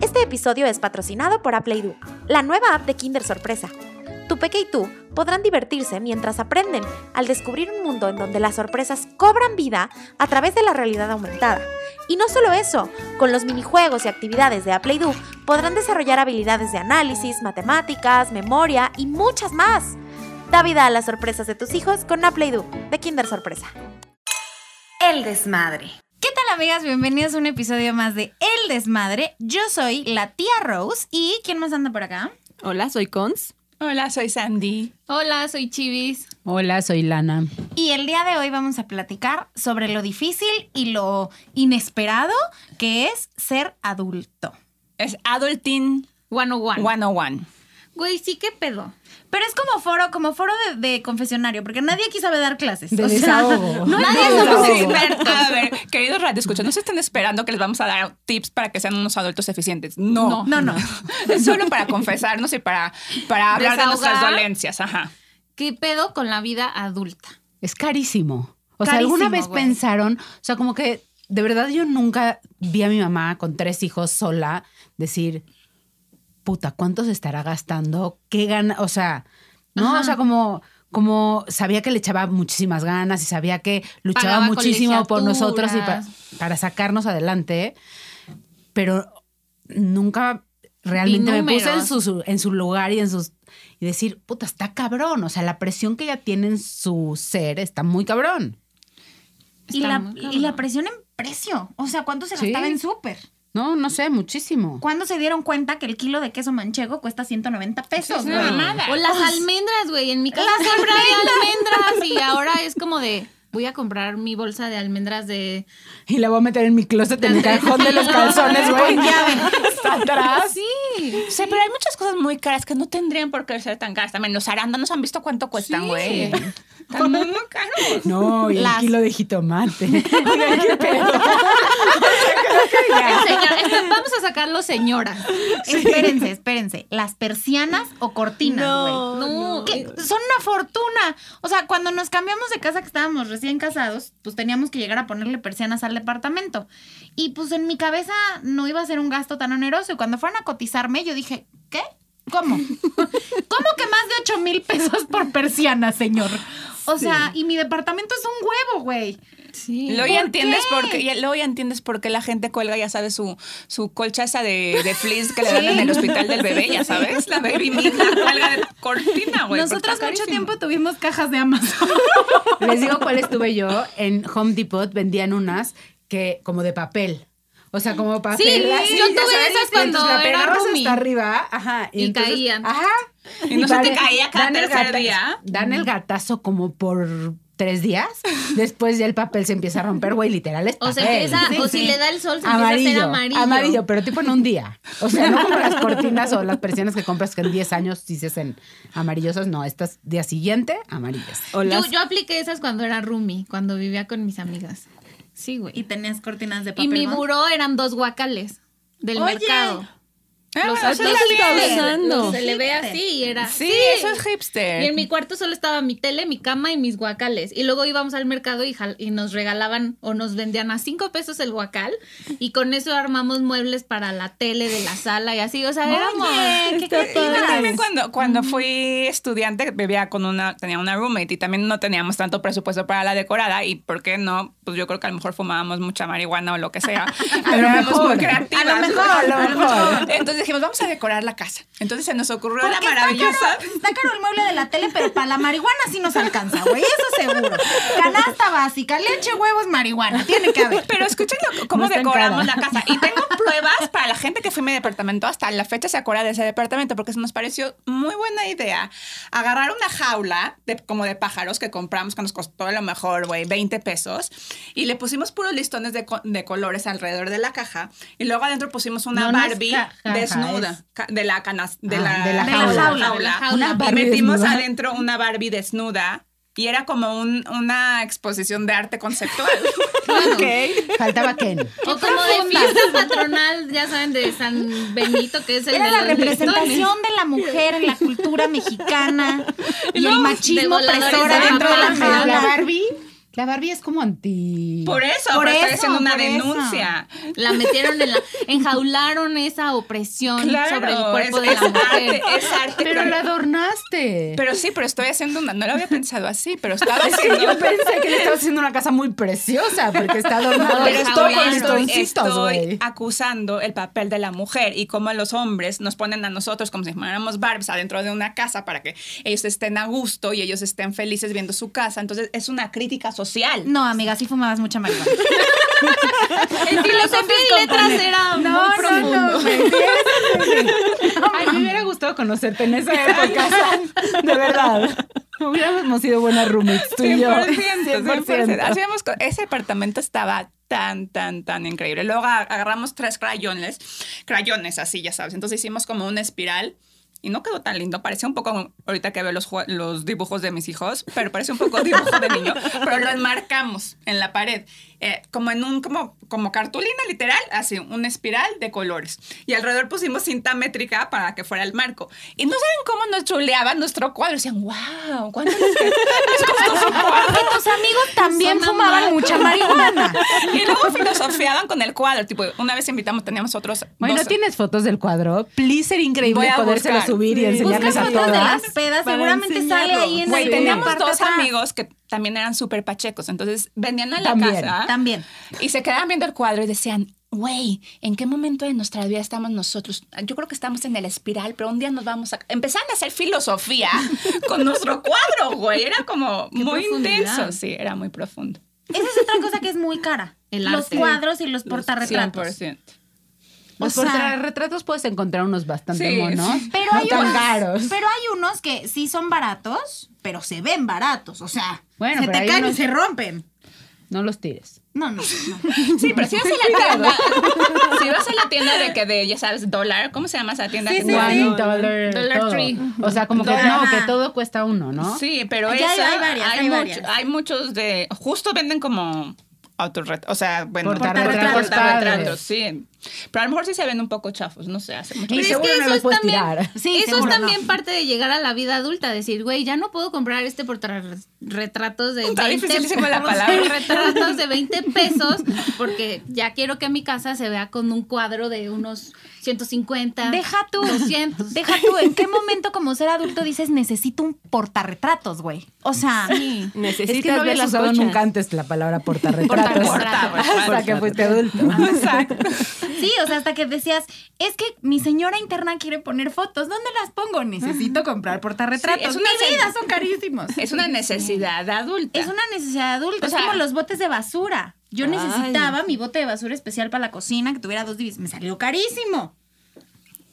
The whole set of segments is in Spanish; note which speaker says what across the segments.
Speaker 1: Este episodio es patrocinado por Apple Edu, la nueva app de Kinder Sorpresa. Tu peque y tú podrán divertirse mientras aprenden al descubrir un mundo en donde las sorpresas cobran vida a través de la realidad aumentada. Y no solo eso, con los minijuegos y actividades de Apple Edu podrán desarrollar habilidades de análisis, matemáticas, memoria y muchas más. Da vida a las sorpresas de tus hijos con Apple Edu de Kinder Sorpresa.
Speaker 2: El desmadre.
Speaker 3: ¿Qué tal amigas? Bienvenidos a un episodio más de El Desmadre. Yo soy la tía Rose y ¿quién más anda por acá?
Speaker 4: Hola, soy Cons.
Speaker 5: Hola, soy Sandy.
Speaker 6: Hola, soy Chivis.
Speaker 7: Hola, soy Lana.
Speaker 3: Y el día de hoy vamos a platicar sobre lo difícil y lo inesperado que es ser adulto.
Speaker 5: Es oh Adulting
Speaker 6: 101.
Speaker 5: 101.
Speaker 6: Güey, sí, qué pedo.
Speaker 3: Pero es como foro, como foro de, de confesionario, porque nadie aquí sabe dar clases.
Speaker 7: De
Speaker 3: O sea,
Speaker 7: desahogo.
Speaker 3: no, nadie
Speaker 5: No,
Speaker 3: somos
Speaker 5: sí,
Speaker 3: expertos.
Speaker 5: A ver, queridos radioescuchas, no se estén esperando que les vamos a dar tips para que sean unos adultos eficientes. No.
Speaker 3: No, no.
Speaker 5: Es solo para confesarnos y para, para hablar de nuestras
Speaker 6: Desahogar.
Speaker 5: dolencias. Ajá.
Speaker 6: ¿Qué pedo con la vida adulta?
Speaker 7: Es carísimo. O sea,
Speaker 6: Carísimo,
Speaker 7: ¿alguna vez
Speaker 6: güey.
Speaker 7: pensaron? O sea, como que de verdad yo nunca vi a mi mamá con tres hijos sola decir, puta, ¿cuánto se estará gastando? ¿Qué gana? O sea, ¿no?
Speaker 6: Ajá.
Speaker 7: O sea, como, como sabía que le echaba muchísimas ganas y sabía que luchaba
Speaker 6: Pagaba
Speaker 7: muchísimo por nosotros y pa-
Speaker 6: colegiaturas.
Speaker 7: para sacarnos adelante, pero nunca realmente me puse en
Speaker 6: números.
Speaker 7: su, su- en su lugar y en sus y decir, puta, está cabrón. O sea, la presión que ella tiene en su ser está muy cabrón.
Speaker 3: Y
Speaker 6: Está
Speaker 3: la,
Speaker 6: muy cabrón.
Speaker 3: y la presión en precio. O sea, ¿cuánto se
Speaker 7: Sí.
Speaker 3: gastaba en súper?
Speaker 7: No, no sé, muchísimo.
Speaker 3: ¿Cuándo se dieron cuenta que el kilo de queso manchego cuesta 190 pesos?
Speaker 5: Sí,
Speaker 3: güey?
Speaker 5: no, nada.
Speaker 6: O las almendras, güey. En mi casa
Speaker 3: Las
Speaker 6: siempre había almendras y ahora es como de voy a comprar mi bolsa de almendras de
Speaker 7: Y la voy a meter en mi closet en el cajón de los calzones, güey.
Speaker 5: Está atrás.
Speaker 6: sí.
Speaker 5: O sea, pero hay muchas cosas muy caras que no tendrían por qué ser tan caras. También los arándanos han visto cuánto cuestan, güey. Están muy, muy caros.
Speaker 7: No, y
Speaker 3: Las-
Speaker 7: el kilo de jitomate. Oigan, ¿qué pedo?
Speaker 6: Señora, esta- vamos a sacarlo, señora.
Speaker 3: Espérense, espérense. Las persianas o cortinas, güey.
Speaker 6: No,
Speaker 3: que son una fortuna. O sea, cuando nos cambiamos de casa que estábamos recién casados, pues teníamos que llegar a ponerle persianas al departamento. Y pues en mi cabeza no iba a ser un gasto tan oneroso. Y cuando fueron a cotizarme, yo dije, ¿qué? ¿Cómo? ¿Cómo que más de 8 mil pesos por persiana, señor? O sea, y mi departamento es un huevo, güey.
Speaker 6: sí.
Speaker 5: Luego ya
Speaker 3: ¿Por
Speaker 5: entiendes
Speaker 3: qué?
Speaker 5: por qué, ya- luego ya entiendes por qué la gente cuelga, ya sabes, su, su colcha esa de, de fleece que le dan en el hospital del bebé, ya sabes, la baby mix la cuelga de cortina, güey. porque
Speaker 3: Nosotros
Speaker 5: está
Speaker 3: mucho
Speaker 5: carísimo.
Speaker 3: tiempo tuvimos cajas de Amazon.
Speaker 7: Les digo cuál estuve yo. En Home Depot vendían unas que como de papel. O sea, como papel.
Speaker 6: yo
Speaker 7: ya sabes,
Speaker 6: tuve esas
Speaker 7: y entonces
Speaker 6: cuando
Speaker 7: la
Speaker 6: era
Speaker 7: pegabas
Speaker 6: roomie.
Speaker 7: hasta arriba, ajá.
Speaker 6: Y caían.
Speaker 7: Ajá.
Speaker 5: Y no se te
Speaker 7: pare-
Speaker 5: caía cada
Speaker 7: dan el
Speaker 5: tercer
Speaker 7: gata-
Speaker 5: día.
Speaker 7: Dan el gatazo como por tres días. Después ya el papel se empieza a romper, güey, literal. es
Speaker 6: O se
Speaker 7: papel.
Speaker 6: empieza, o si le da el sol, se
Speaker 7: amarillo,
Speaker 6: empieza a ser amarillo.
Speaker 7: amarillo, pero tipo en un día. O sea, no como las cortinas o las persianas que compras que en 10 años sí se hacen amarillosas. No, estas día siguiente, amarillas.
Speaker 6: Yo, yo apliqué esas cuando era roomie, cuando vivía con mis amigas. Sí, güey.
Speaker 3: Y tenías cortinas de papel.
Speaker 6: Y mi
Speaker 3: ¿no?
Speaker 6: buró eran dos guacales del
Speaker 3: Oye.
Speaker 6: mercado.
Speaker 5: Ah,
Speaker 6: Los
Speaker 5: eso
Speaker 6: otros
Speaker 5: está
Speaker 6: se-
Speaker 5: bien.
Speaker 4: usando.
Speaker 6: Se le ve así y era.
Speaker 5: Sí, eso es
Speaker 3: Eh,
Speaker 5: hipster.
Speaker 6: Y en mi cuarto solo estaba mi tele, mi cama y mis guacales. Y luego íbamos al mercado y, jal- y nos regalaban o nos vendían a cinco pesos el guacal. Y con eso armamos muebles para la tele de la sala y así. O sea, éramos.
Speaker 5: Y yo también cuando, cuando fui estudiante vivía con una, tenía una roommate y también no teníamos tanto presupuesto para la decorada y por qué no, pues yo creo que a lo mejor fumábamos mucha marihuana o lo que sea, pero
Speaker 7: lo
Speaker 5: éramos
Speaker 7: mejor.
Speaker 5: muy creativas.
Speaker 7: A lo mejor, a lo mejor.
Speaker 5: Entonces dijimos, vamos a decorar la casa. Entonces se nos ocurrió la
Speaker 3: Porque está caro-
Speaker 5: maravillosa
Speaker 3: Está caro el mueble de la tele, pero para la marihuana sí nos alcanza, güey. Eso seguro. Canasta básica, leche, huevos, marihuana. Tiene que haber.
Speaker 5: Pero escuchen lo- cómo
Speaker 7: No está en
Speaker 5: decoramos la
Speaker 7: cara.
Speaker 5: casa. Y tengo pruebas para la gente que fue a mi departamento. Hasta la fecha se acuerda de ese departamento porque se nos pareció muy buena idea agarrar una jaula de, como de pájaros que compramos, que nos costó a lo mejor, güey, 20 pesos. Y le pusimos puros listones de, co- de colores alrededor de la caja. Y luego adentro pusimos una
Speaker 7: No, no es
Speaker 5: Barbie
Speaker 7: ca- caja,
Speaker 5: desnuda
Speaker 7: es-
Speaker 5: ca- de la canas- de,
Speaker 7: Ah,
Speaker 5: la,
Speaker 7: de la
Speaker 5: de
Speaker 7: jaula.
Speaker 6: De la jaula.
Speaker 7: Una
Speaker 6: Y
Speaker 5: y
Speaker 7: Barbie
Speaker 5: metimos
Speaker 7: desnuda.
Speaker 5: adentro una Barbie desnuda. Y era como un- una exposición de arte conceptual.
Speaker 7: Faltaba Ken.
Speaker 6: O como de fiesta patronal, ya saben, de San Benito, que es el
Speaker 3: Era
Speaker 6: de
Speaker 3: la
Speaker 6: los listones.
Speaker 3: representación de la mujer en la cultura mexicana y el machismo
Speaker 6: de voladores
Speaker 3: opresor
Speaker 6: de
Speaker 3: dentro de la
Speaker 7: La
Speaker 6: papá.
Speaker 3: jaula.
Speaker 7: Barbie La Barbie es como anti.
Speaker 5: Por eso,
Speaker 3: Por
Speaker 5: pero estoy
Speaker 3: eso,
Speaker 5: haciendo una
Speaker 3: por eso.
Speaker 5: denuncia.
Speaker 6: La metieron en la. Enjaularon esa opresión
Speaker 5: Claro,
Speaker 6: sobre el cuerpo
Speaker 5: es,
Speaker 6: de la
Speaker 5: es
Speaker 6: mujer.
Speaker 5: arte, es arte.
Speaker 7: Pero
Speaker 5: cron-
Speaker 7: la adornaste.
Speaker 5: pero sí, pero estoy haciendo una. No lo había pensado así, pero estaba
Speaker 7: Es que
Speaker 5: haciendo.
Speaker 7: yo pensé que le estaba haciendo una casa muy preciosa porque está adornada
Speaker 5: Pero
Speaker 6: Pero
Speaker 5: estoy,
Speaker 7: todo con
Speaker 6: estoy-
Speaker 7: listoncitos,
Speaker 5: estoy
Speaker 7: güey.
Speaker 5: acusando el papel de la mujer y cómo los hombres nos ponen a nosotros como si fuéramos Barbies adentro de una casa para que ellos estén a gusto y ellos estén felices viendo su casa. Entonces es una crítica social.
Speaker 3: No, amiga, sí fumabas mucha marihuana.
Speaker 6: En filosofía y letras era muy profundo.
Speaker 7: Ay, me hubiera gustado conocerte en esa época, Sam. De verdad. Hubiéramos sido buenas roommates tú y yo.
Speaker 5: 100%, 100%.
Speaker 7: 100%.
Speaker 5: Hacíamos co- ese apartamento estaba tan, tan, tan increíble. Luego a- agarramos tres crayones, crayones así, ya sabes. Entonces hicimos como una espiral y no quedó tan lindo. Parecía un poco, ahorita que veo los, jue- los dibujos de mis hijos, pero parece un poco dibujo de niño. Pero lo enmarcamos en la pared, eh, como en un, como, como cartulina literal, así, una espiral de colores. Y alrededor pusimos cinta métrica para que fuera el marco. Y no saben cómo nos chuleaban nuestro cuadro. Decían, wow, ¿cuánto les les costó su cuadro?
Speaker 8: Porque tus amigos también
Speaker 6: Son
Speaker 8: fumaban
Speaker 6: amados.
Speaker 8: mucha marihuana.
Speaker 5: Y luego filosofiaban con el cuadro. Tipo, una vez invitamos, teníamos otros.
Speaker 7: Bueno,
Speaker 5: dos-
Speaker 7: ¿tienes fotos del cuadro? Please, sería
Speaker 5: Voy
Speaker 7: increíble
Speaker 5: a
Speaker 7: podérselo
Speaker 5: buscar.
Speaker 7: subir y
Speaker 5: Sí.
Speaker 7: enseñarles
Speaker 3: Busca
Speaker 7: a
Speaker 3: fotos de
Speaker 7: todas.
Speaker 3: las pedas,
Speaker 7: para
Speaker 3: seguramente sale ahí en
Speaker 5: Güey,
Speaker 3: el-
Speaker 5: teníamos
Speaker 3: parte
Speaker 5: dos
Speaker 3: atrás.
Speaker 5: amigos que también eran súper pachecos. Entonces venían a la
Speaker 7: También,
Speaker 5: casa
Speaker 3: También.
Speaker 5: y se quedaban viendo el cuadro y decían. Güey, ¿en qué momento de nuestra vida estamos nosotros? Yo creo que estamos en el espiral, pero un día nos vamos a... Empezaron a hacer filosofía con nuestro cuadro, güey. Era como muy
Speaker 6: profundidad.
Speaker 5: intenso. Sí, era muy profundo.
Speaker 3: Esa es otra cosa que es muy cara.
Speaker 6: El
Speaker 3: los
Speaker 6: arte.
Speaker 3: cuadros y los
Speaker 5: Los
Speaker 3: portarretratos.
Speaker 5: 100%.
Speaker 7: Pues
Speaker 3: O
Speaker 7: por
Speaker 3: sea-
Speaker 7: tra- retratos puedes encontrar unos bastante
Speaker 5: Sí,
Speaker 7: monos.
Speaker 5: sí.
Speaker 3: Pero
Speaker 7: no
Speaker 3: hay,
Speaker 7: tan
Speaker 3: unos,
Speaker 7: caros.
Speaker 3: pero hay unos que sí son baratos, pero se ven baratos. O sea,
Speaker 7: Bueno,
Speaker 3: se
Speaker 7: pero
Speaker 3: te
Speaker 7: hay
Speaker 3: caen y
Speaker 7: unos-
Speaker 3: se rompen.
Speaker 7: No los tires.
Speaker 3: No, no, no.
Speaker 5: Sí, pero si vas a la tienda, si vas a la tienda de que de, ya sabes, dólar, ¿cómo se llama esa tienda? que te dan?
Speaker 7: One dollar,
Speaker 6: Dollar
Speaker 7: todo.
Speaker 6: Tree.
Speaker 7: O sea, como que
Speaker 3: Dollar.
Speaker 7: no, que todo cuesta uno, ¿no?
Speaker 5: Sí, pero
Speaker 3: Ah, Ya hay-
Speaker 5: esa,
Speaker 3: hay varias, hay
Speaker 5: mucho-
Speaker 3: varias.
Speaker 5: hay muchos de, justo venden como autorretratos, o sea, bueno,
Speaker 7: Portarretratos padres.
Speaker 5: sí. Pero a lo mejor sí se ven un poco chafos, no sé, hace mucho.
Speaker 7: Y
Speaker 6: Pero es
Speaker 7: seguro
Speaker 6: que
Speaker 7: no
Speaker 6: eso
Speaker 7: los
Speaker 6: es
Speaker 7: puedes
Speaker 6: también-
Speaker 7: tirar.
Speaker 3: Sí,
Speaker 6: Eso es
Speaker 3: seguro,
Speaker 6: también parte de llegar a la vida adulta, decir, güey, ya no puedo comprar este portarretratos de
Speaker 5: Está
Speaker 6: 20
Speaker 5: dificilísima la palabra.
Speaker 6: retratos de 20 pesos porque ya quiero que mi casa se vea con un cuadro de unos 150.
Speaker 8: Deja tú.
Speaker 6: 200.
Speaker 8: Deja tú, ¿en qué momento como ser adulto dices necesito un portarretratos, güey? O sea,
Speaker 9: Necesitas
Speaker 7: Es que
Speaker 9: ver
Speaker 7: no habías
Speaker 9: las
Speaker 7: usado
Speaker 9: cochas.
Speaker 7: nunca antes la palabra portarretratos.
Speaker 5: Portarretratos.
Speaker 7: Hasta que fuiste adulto.
Speaker 5: Exacto.
Speaker 3: Sí, o sea, hasta que decías, es que mi señora interna quiere poner fotos. ¿Dónde las pongo? Necesito comprar portarretratos.
Speaker 5: Sí, es
Speaker 3: es
Speaker 5: una
Speaker 3: Mi
Speaker 5: sen-
Speaker 3: vida, son carísimos.
Speaker 5: Es una necesidad adulta.
Speaker 3: Es una necesidad adulta.
Speaker 5: O
Speaker 3: es
Speaker 5: sea-
Speaker 3: como los botes de basura. Yo
Speaker 9: Ay.
Speaker 3: necesitaba mi bote de basura especial para la cocina que tuviera dos divisiones. Me salió carísimo.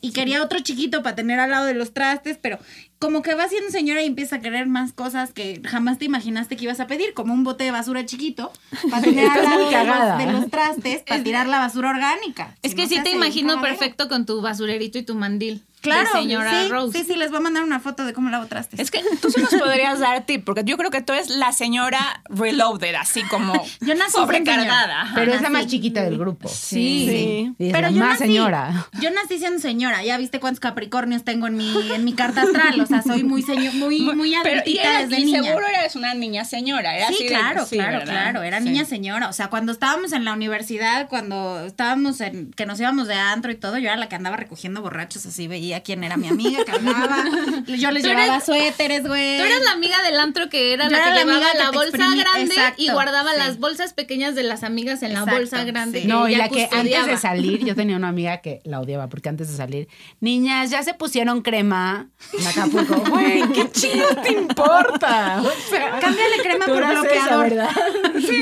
Speaker 3: Y quería otro chiquito para tener al lado de los trastes, pero como que va siendo señora y empieza a querer más cosas que jamás te imaginaste que ibas a pedir, como un bote de basura chiquito para tener al
Speaker 7: Estás muy
Speaker 3: lado de
Speaker 7: cagada.
Speaker 3: los, de los trastes para tirar la basura orgánica.
Speaker 6: Es
Speaker 3: Si
Speaker 6: que
Speaker 3: no,
Speaker 6: sí
Speaker 3: se
Speaker 6: te
Speaker 3: hace un
Speaker 6: imagino
Speaker 3: cagadero.
Speaker 6: perfecto con tu basurerito y tu mandil. de
Speaker 3: Claro,
Speaker 6: señora
Speaker 3: sí,
Speaker 6: Rose.
Speaker 3: sí, sí, les voy a mandar una foto de cómo lavo trastes.
Speaker 5: Es que tú sí nos podrías dar tip, porque yo creo que tú eres la señora reloaded, así como
Speaker 3: Yo nací sin señora.
Speaker 5: sobrecargada. Ajá.
Speaker 7: Pero es la más chiquita del grupo.
Speaker 9: Sí.
Speaker 7: Y es
Speaker 3: Pero
Speaker 7: la
Speaker 3: yo
Speaker 7: más
Speaker 3: nací-
Speaker 7: señora.
Speaker 3: Yo nací siendo señora. Ya viste cuántos capricornios tengo en mi, en mi carta astral. O sea, soy muy señor, muy, muy
Speaker 5: Pero y,
Speaker 3: adultita
Speaker 5: era-
Speaker 3: desde
Speaker 5: y
Speaker 3: niña.
Speaker 5: seguro eres una niña señora. Era
Speaker 3: Sí,
Speaker 5: así de- pues,
Speaker 3: claro,
Speaker 5: sí,
Speaker 3: claro,
Speaker 5: ¿verdad?
Speaker 3: claro. Era
Speaker 5: Sí.
Speaker 3: niña señora. O sea, cuando estábamos en la universidad, cuando estábamos en, que nos íbamos de antro y todo, yo era la que andaba recogiendo borrachos así, veía quién era mi amiga, que hablaba. Yo les
Speaker 6: Tú eres-
Speaker 3: llevaba suéteres, güey.
Speaker 6: Tú eras la amiga del antro que era
Speaker 3: Yo
Speaker 6: la
Speaker 3: era
Speaker 6: que
Speaker 3: la
Speaker 6: llevaba
Speaker 3: amiga que
Speaker 6: la
Speaker 3: te
Speaker 6: bolsa
Speaker 3: exprimí-
Speaker 6: grande y
Speaker 3: exacto,
Speaker 6: guardaba
Speaker 3: sí.
Speaker 6: las bolsas pequeñas de las amigas en la
Speaker 3: Exacto,
Speaker 6: bolsa grande.
Speaker 3: sí.
Speaker 6: que
Speaker 7: No, y
Speaker 6: ella
Speaker 7: la que antes
Speaker 6: custodiaba.
Speaker 7: de salir, yo tenía una amiga que la odiaba, porque antes de salir, niñas, ya se pusieron crema en Acapulco. Güey, qué chido te importa. O sea,
Speaker 3: Cámbiale crema
Speaker 7: tú
Speaker 3: por
Speaker 7: eras esa,
Speaker 3: bloqueador.
Speaker 7: ¿verdad?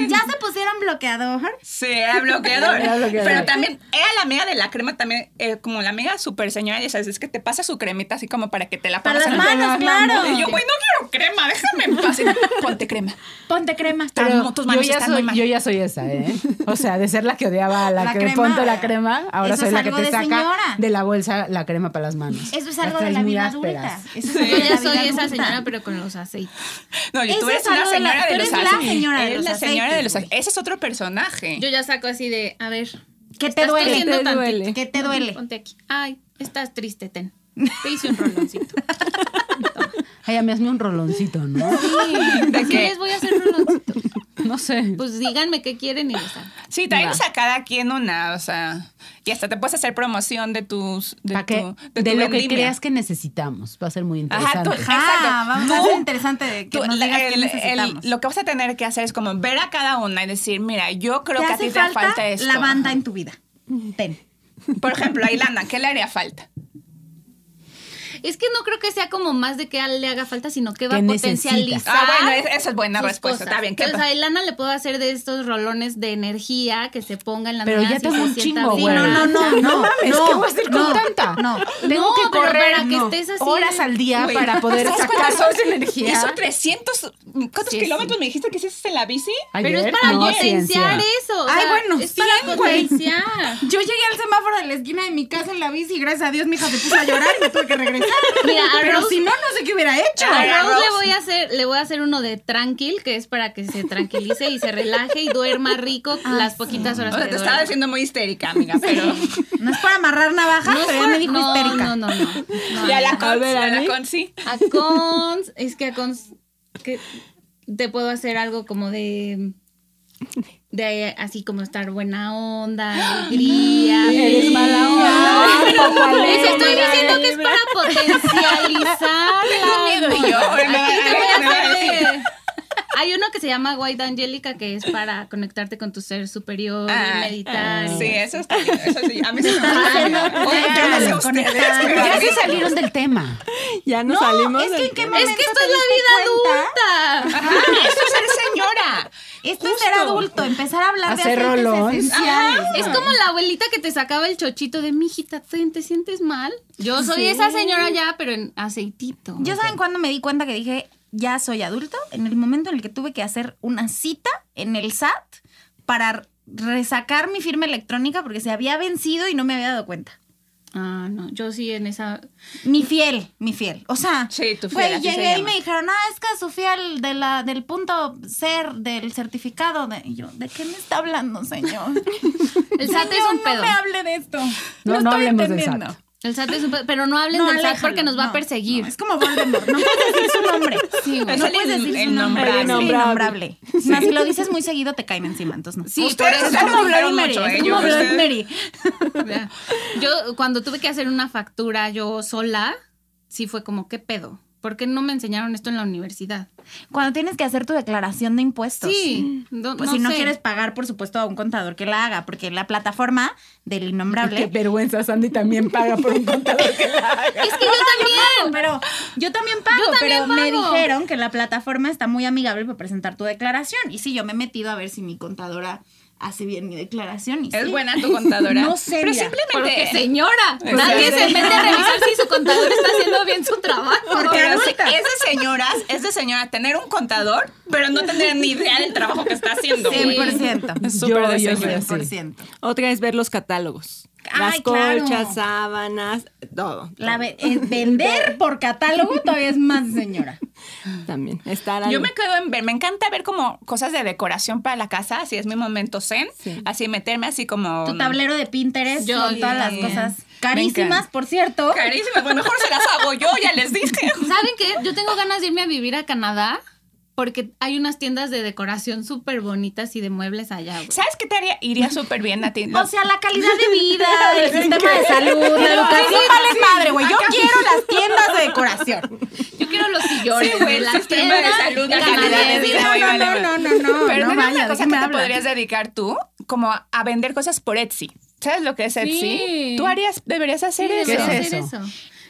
Speaker 3: Ya se pusieron bloqueador.
Speaker 5: Sí, era bloqueador.
Speaker 7: Era bloqueador.
Speaker 5: Pero también era la amiga de la crema, también eh, como la amiga super señora, ya sabes, es que te pasa su cremita así como para que te la
Speaker 3: Para
Speaker 5: pongas
Speaker 3: las
Speaker 5: en la-
Speaker 3: manos, claro.
Speaker 5: Y yo, güey, no quiero crema, déjame en paz. Y, Ponte crema.
Speaker 3: Ponte crema.
Speaker 7: Pero
Speaker 5: Están- tus
Speaker 7: yo
Speaker 5: manos
Speaker 7: ya,
Speaker 5: están muy
Speaker 7: soy,
Speaker 5: mal.
Speaker 7: yo ya soy esa, ¿eh? O sea, de ser la que odiaba a la,
Speaker 3: La
Speaker 7: que
Speaker 3: crema,
Speaker 7: le pongo
Speaker 3: eh.
Speaker 7: la crema, ahora
Speaker 3: Eso
Speaker 7: soy
Speaker 3: es
Speaker 7: la que
Speaker 3: algo
Speaker 7: te
Speaker 3: de
Speaker 7: saca
Speaker 3: señora.
Speaker 7: de la bolsa la crema para las manos.
Speaker 3: Eso es
Speaker 7: Las
Speaker 3: algo de
Speaker 7: traes
Speaker 3: la
Speaker 7: muy
Speaker 3: vida
Speaker 7: ásperas.
Speaker 3: adulta. Eso es algo
Speaker 6: Yo
Speaker 3: de la
Speaker 6: ya soy
Speaker 3: vida
Speaker 6: esa
Speaker 3: adulta.
Speaker 6: señora, pero con los aceites.
Speaker 5: No, y tú
Speaker 3: Esa
Speaker 5: eres
Speaker 3: es
Speaker 5: una
Speaker 3: algo de la-
Speaker 5: señora
Speaker 3: tú
Speaker 5: de los
Speaker 3: eres la
Speaker 5: aceites.
Speaker 3: señora de
Speaker 5: Eres
Speaker 3: los
Speaker 5: la señora de
Speaker 3: aceites,
Speaker 5: los aceites. Ese es otro personaje.
Speaker 6: Yo ya saco así de, a ver,
Speaker 3: ¿Qué te
Speaker 6: Estás
Speaker 3: duele?
Speaker 6: tosiendo
Speaker 9: ¿Qué te
Speaker 6: tantito.
Speaker 9: duele?
Speaker 3: ¿Qué te duele?
Speaker 6: Ponte aquí. Ay, estás triste, ten. Te hice un roloncito.
Speaker 7: Ay, a mí hazme un roloncito, ¿no?
Speaker 5: ¿De
Speaker 6: Así
Speaker 5: qué?
Speaker 6: les voy a hacer roloncito.
Speaker 7: No sé.
Speaker 6: Pues díganme qué quieren y les hago.
Speaker 5: Sí, traemos
Speaker 7: Va.
Speaker 5: a cada quien una, o sea, y hasta te puedes hacer promoción de tus, de,
Speaker 7: Pa' que-
Speaker 5: tu-
Speaker 7: de,
Speaker 5: tu
Speaker 7: lo que
Speaker 5: vendimia.
Speaker 7: creas que necesitamos. Va a ser muy
Speaker 5: Ajá,
Speaker 7: interesante.
Speaker 5: tú,
Speaker 3: Ah,
Speaker 5: exacto.
Speaker 3: vamos a
Speaker 5: Tú-
Speaker 3: hacer interesante de que
Speaker 5: tú-
Speaker 3: nos
Speaker 5: la-
Speaker 3: digas qué
Speaker 5: el- el-
Speaker 3: necesitamos.
Speaker 5: lo que vas a tener que hacer es como ver a cada una y decir, mira, yo creo
Speaker 3: te
Speaker 5: que a
Speaker 3: hace
Speaker 5: ti
Speaker 3: falta,
Speaker 5: te falta esto.
Speaker 3: la banda en tu vida. Ten.
Speaker 5: Por ejemplo, a Ilana, ¿qué le haría falta?
Speaker 6: Es que no creo que sea como más de que a él le haga falta, sino que va
Speaker 7: ¿Qué
Speaker 6: a
Speaker 7: necesita?
Speaker 6: potencializar.
Speaker 5: Ah, bueno, es- esa es buena
Speaker 6: sus
Speaker 5: respuesta.
Speaker 6: cosas.
Speaker 5: Está bien. ¿qué
Speaker 6: Entonces
Speaker 5: pa-
Speaker 6: a Elana le puedo hacer de estos rolones de energía que se ponga en las
Speaker 7: Pero ya
Speaker 6: mañanas y
Speaker 7: tengo
Speaker 6: se
Speaker 7: un
Speaker 6: sienta
Speaker 7: chingo,
Speaker 6: bien.
Speaker 7: güey.
Speaker 6: Sí,
Speaker 7: No, no,
Speaker 3: no,
Speaker 7: No mames,
Speaker 3: no,
Speaker 7: ¿qué voy a hacer con
Speaker 3: no,
Speaker 7: tanta?
Speaker 3: no.
Speaker 7: Tengo
Speaker 6: No,
Speaker 7: que
Speaker 6: pero
Speaker 7: correr
Speaker 6: para que
Speaker 7: no,
Speaker 6: estés así-
Speaker 7: horas al día
Speaker 5: Güey,
Speaker 7: para poder
Speaker 5: ¿sabes
Speaker 7: sacar
Speaker 5: cuántas
Speaker 7: toda esa
Speaker 5: son?
Speaker 7: energía.
Speaker 5: Hizo 300. ¿Cuántos
Speaker 6: Sí,
Speaker 5: kilómetros me dijiste que hiciste en la bici?
Speaker 6: Pero es
Speaker 7: Ayer,
Speaker 6: para
Speaker 7: no,
Speaker 6: potenciar
Speaker 7: ciencia.
Speaker 6: eso. o
Speaker 3: Ay,
Speaker 6: sea,
Speaker 3: bueno,
Speaker 6: es
Speaker 3: cien,
Speaker 6: para
Speaker 3: güey.
Speaker 6: potenciar.
Speaker 3: Yo llegué al semáforo de la esquina de mi casa en la bici y gracias a Dios mi hija se puso a llorar y me tuve que regresar.
Speaker 6: Mira, a
Speaker 3: Pero
Speaker 6: Rose-
Speaker 3: si no, no sé qué hubiera hecho.
Speaker 7: Ah,
Speaker 6: A
Speaker 5: Ay, a
Speaker 6: Rose
Speaker 5: Rose.
Speaker 6: le voy a hacer, le voy a hacer uno de tranquil, que es para que se tranquilice y se relaje y duerma rico las poquitas
Speaker 5: O
Speaker 6: horas
Speaker 5: sea,
Speaker 6: que
Speaker 5: te
Speaker 6: duerma.
Speaker 5: estaba haciendo muy histérica, amiga, pero.
Speaker 3: No es para amarrar navajas,
Speaker 6: No, es
Speaker 3: pero ya
Speaker 6: por-
Speaker 3: me dijo
Speaker 6: no,
Speaker 3: histérica.
Speaker 6: no, no, no, no,
Speaker 5: Y a la
Speaker 6: no.
Speaker 5: cons,
Speaker 7: ver,
Speaker 5: a la
Speaker 7: Ani.
Speaker 5: cons, sí.
Speaker 6: A cons, es que a cons, que te puedo hacer algo como de, de así como estar buena onda, alegría.
Speaker 7: Eres mala onda.
Speaker 6: Les estoy diciendo que es para potencializar.
Speaker 5: Tengo miedo y yo. ahora me va-
Speaker 6: Aquí te voy
Speaker 5: ahora me va a
Speaker 6: a
Speaker 5: decir.
Speaker 6: hacer de- Hay uno que se llama White Angelica, que es para conectarte con tu ser superior y
Speaker 5: Ah,
Speaker 6: meditar.
Speaker 5: Sí, eso está bien, eso sí. A mí se me gusta. Oye, yo no sé ustedes, pero a
Speaker 7: Ya
Speaker 5: mí
Speaker 7: se salieron del tema.
Speaker 10: Ya nos salimos.
Speaker 3: es que
Speaker 10: del
Speaker 3: en qué
Speaker 10: tema.
Speaker 3: momento
Speaker 6: Es que esto
Speaker 3: te
Speaker 6: es la
Speaker 3: diste
Speaker 6: vida
Speaker 3: cuenta?
Speaker 6: adulta.
Speaker 5: Ajá, Ah, eso es ser señora.
Speaker 3: Esto es ser adulto, empezar a hablar
Speaker 7: Hacer
Speaker 3: de aceites
Speaker 7: rolón.
Speaker 3: esenciales.
Speaker 6: Es como la abuelita que te sacaba el chochito de, mijita, ¿te, te sientes mal? Yo soy esa señora ya, pero en aceitito.
Speaker 3: Yo saben cuándo me di cuenta que dije, ya soy adulto, en el momento en el que tuve que hacer una cita en el SAT para resacar mi firma electrónica porque se había vencido y no me había dado cuenta.
Speaker 6: Ah, no, yo sí en esa...
Speaker 3: Mi fiel, mi fiel. O sea,
Speaker 5: Sí, tu
Speaker 3: güey,
Speaker 5: fiel, así se
Speaker 3: llegué y
Speaker 5: llama.
Speaker 3: me dijeron, ah, es que su fiel de la, del punto ser del certificado. De... Y yo, ¿de qué me está hablando, señor?
Speaker 6: El SAT es
Speaker 3: Señor,
Speaker 6: un pedo.
Speaker 3: No me hable de esto.
Speaker 7: No, no
Speaker 3: estoy
Speaker 7: hablemos del
Speaker 3: entendiendo.
Speaker 7: SAT.
Speaker 6: El SAT es un pedo, pero no hablen del SAT
Speaker 3: aléjalo,
Speaker 6: porque nos va
Speaker 3: no,
Speaker 6: a perseguir.
Speaker 3: no, es como Voldemort, no puedes decir su nombre.
Speaker 6: Sí, güey.
Speaker 5: Es
Speaker 3: no
Speaker 5: el
Speaker 3: puedes
Speaker 5: in-
Speaker 3: decir
Speaker 5: el
Speaker 3: su nombre.
Speaker 5: nombrable.
Speaker 3: Es el
Speaker 10: El
Speaker 3: innombrable.
Speaker 10: innombrable.
Speaker 3: Más si lo dices muy seguido te caen encima, entonces no.
Speaker 6: Sí,
Speaker 5: Ustedes
Speaker 6: por eso-
Speaker 5: se han
Speaker 3: como Bloody
Speaker 5: burlado
Speaker 3: Mary,
Speaker 5: mucho,
Speaker 3: es
Speaker 5: ¿eh?
Speaker 3: como
Speaker 5: Yo-
Speaker 3: Bloody
Speaker 5: ustedes-
Speaker 3: Mary.
Speaker 6: Ya. Yo cuando tuve que hacer una factura yo sola, sí fue como, ¿qué pedo? ¿Por qué no me enseñaron esto en la universidad?
Speaker 3: Cuando tienes que hacer tu declaración de impuestos.
Speaker 6: Sí, no,
Speaker 3: Pues
Speaker 6: no
Speaker 3: si no
Speaker 6: sé.
Speaker 3: quieres pagar, por supuesto, a un contador que la haga, porque la plataforma del
Speaker 7: Qué
Speaker 3: innombrable.
Speaker 7: vergüenza, Sandy también paga por un contador que la haga.
Speaker 6: Es que yo también.
Speaker 3: Pero yo también pago,
Speaker 6: Yo también
Speaker 3: pero me
Speaker 6: pago.
Speaker 3: dijeron que la plataforma está muy amigable para presentar tu declaración. Y sí, yo me he metido a ver si mi contadora hace bien mi declaración. Y
Speaker 5: Es
Speaker 3: sí.
Speaker 5: buena tu contadora.
Speaker 3: No sé,
Speaker 5: Pero
Speaker 3: mira,
Speaker 6: Porque
Speaker 5: simplemente.
Speaker 6: señora,
Speaker 5: Pues
Speaker 6: nadie
Speaker 5: sí.
Speaker 6: se mete a revisar si su contador está haciendo bien su trabajo.
Speaker 5: Pero sí, es de señoras, es de señora tener un contador, pero no tener ni idea del trabajo que está haciendo. güey.
Speaker 3: 100%.
Speaker 10: Es
Speaker 7: Yo-
Speaker 10: súper de
Speaker 7: yo soy
Speaker 10: señoras.
Speaker 7: así.
Speaker 3: 100%.
Speaker 10: Otra es ver los catálogos.
Speaker 3: Ay,
Speaker 10: Las
Speaker 3: claro.
Speaker 10: colchas, sábanas, todo.
Speaker 3: La ve- eh, vender por catálogo todavía es más señora.
Speaker 10: También. Estar ahí.
Speaker 5: Yo me quedo en ver, me encanta ver como cosas de decoración para la casa, así es mi momento zen, así meterme así como...
Speaker 3: Tu tablero de Pinterest
Speaker 6: Yo
Speaker 3: con todas las
Speaker 5: también.
Speaker 3: cosas
Speaker 5: Me
Speaker 3: carísimas,
Speaker 5: encanta.
Speaker 3: por cierto.
Speaker 5: Carísima, pues mejor se las hago yo, ya les dije.
Speaker 6: ¿Saben qué? Yo tengo ganas de irme a vivir a Canadá porque hay unas tiendas de decoración súper bonitas y de muebles allá. güey.
Speaker 5: ¿Sabes qué te haría? Iría súper bien a ti.
Speaker 3: O sea, la calidad de vida, el sistema de salud, la educación
Speaker 5: sí,
Speaker 3: vale
Speaker 5: sí.
Speaker 3: madre, güey. Yo quiero las tiendas de decoración.
Speaker 6: Yo quiero los sillones,
Speaker 5: Sí, güey, el
Speaker 6: las
Speaker 5: sistema de
Speaker 6: tiendas
Speaker 5: salud, la
Speaker 6: canadienses.
Speaker 5: calidad de vida. Ay, vale, vale.
Speaker 3: no, no, no,
Speaker 5: Pero
Speaker 3: no,
Speaker 5: no,
Speaker 3: vaya,
Speaker 5: una
Speaker 3: ¿de qué
Speaker 5: cosa que
Speaker 3: me
Speaker 5: te
Speaker 3: hablas?
Speaker 5: podrías dedicar tú, como a, a vender cosas por Etsy. ¿Sabes lo que es Etsy?
Speaker 6: Sí.
Speaker 5: Tú harías, deberías hacer
Speaker 6: Sí,
Speaker 5: eso.
Speaker 6: debería
Speaker 7: ¿Qué es
Speaker 6: ser
Speaker 7: eso?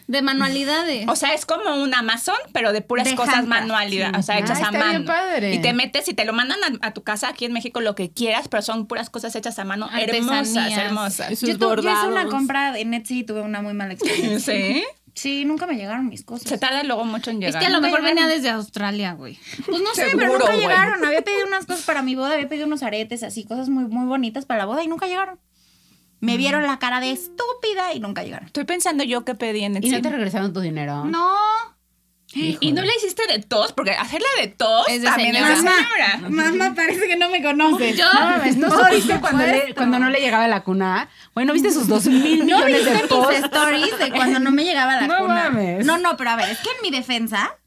Speaker 6: De manualidades.
Speaker 5: O sea, es como un Amazon, pero de puras
Speaker 3: De
Speaker 5: cosas
Speaker 3: handcraft,
Speaker 5: manualidad, o sea,
Speaker 7: Ah,
Speaker 5: hechas a
Speaker 7: está
Speaker 5: mano.
Speaker 7: bien padre.
Speaker 5: Y te metes y te lo mandan a, a tu casa aquí en México lo que quieras, pero son puras cosas hechas a mano, hermosas,
Speaker 6: Artesanías.
Speaker 10: Y
Speaker 5: hermosas.
Speaker 10: sus
Speaker 3: Yo, tu- yo hice una
Speaker 10: bordados.
Speaker 3: compra en Etsy y tuve una muy mala experiencia.
Speaker 5: Sí.
Speaker 3: Sí, nunca me llegaron mis cosas.
Speaker 5: Se tarda luego mucho en
Speaker 6: es
Speaker 5: llegar.
Speaker 6: que a lo
Speaker 3: nunca
Speaker 6: mejor venía
Speaker 3: llegaron.
Speaker 6: desde Australia, güey.
Speaker 3: Pues no sé, pero
Speaker 5: Seguro,
Speaker 3: nunca
Speaker 5: güey.
Speaker 3: llegaron. Había pedido unas cosas para mi boda, había pedido unos aretes, así, cosas muy, muy bonitas para la boda y nunca llegaron. Me vieron la cara de estúpida y nunca llegaron.
Speaker 5: Estoy pensando yo qué pedí en Etsy.
Speaker 7: ¿Y no te regresaron tu dinero?
Speaker 3: No.
Speaker 5: Y no la hiciste de tos, porque hacerla de tos
Speaker 6: Es de
Speaker 5: también
Speaker 6: señora.
Speaker 5: es de señora.
Speaker 3: Mamá, parece que no me conoces.
Speaker 6: Yo,
Speaker 7: Ah, ¿No supiste cuando, le- cuando no le llegaba la cuna? Bueno, ¿viste sus dos mil
Speaker 3: ¿No
Speaker 7: millones
Speaker 3: viste
Speaker 7: de
Speaker 3: mis
Speaker 7: posts?
Speaker 3: stories de cuando no me llegaba la
Speaker 7: No
Speaker 3: cuna?
Speaker 7: mames.
Speaker 3: No, no, pero a ver, es que en mi defensa,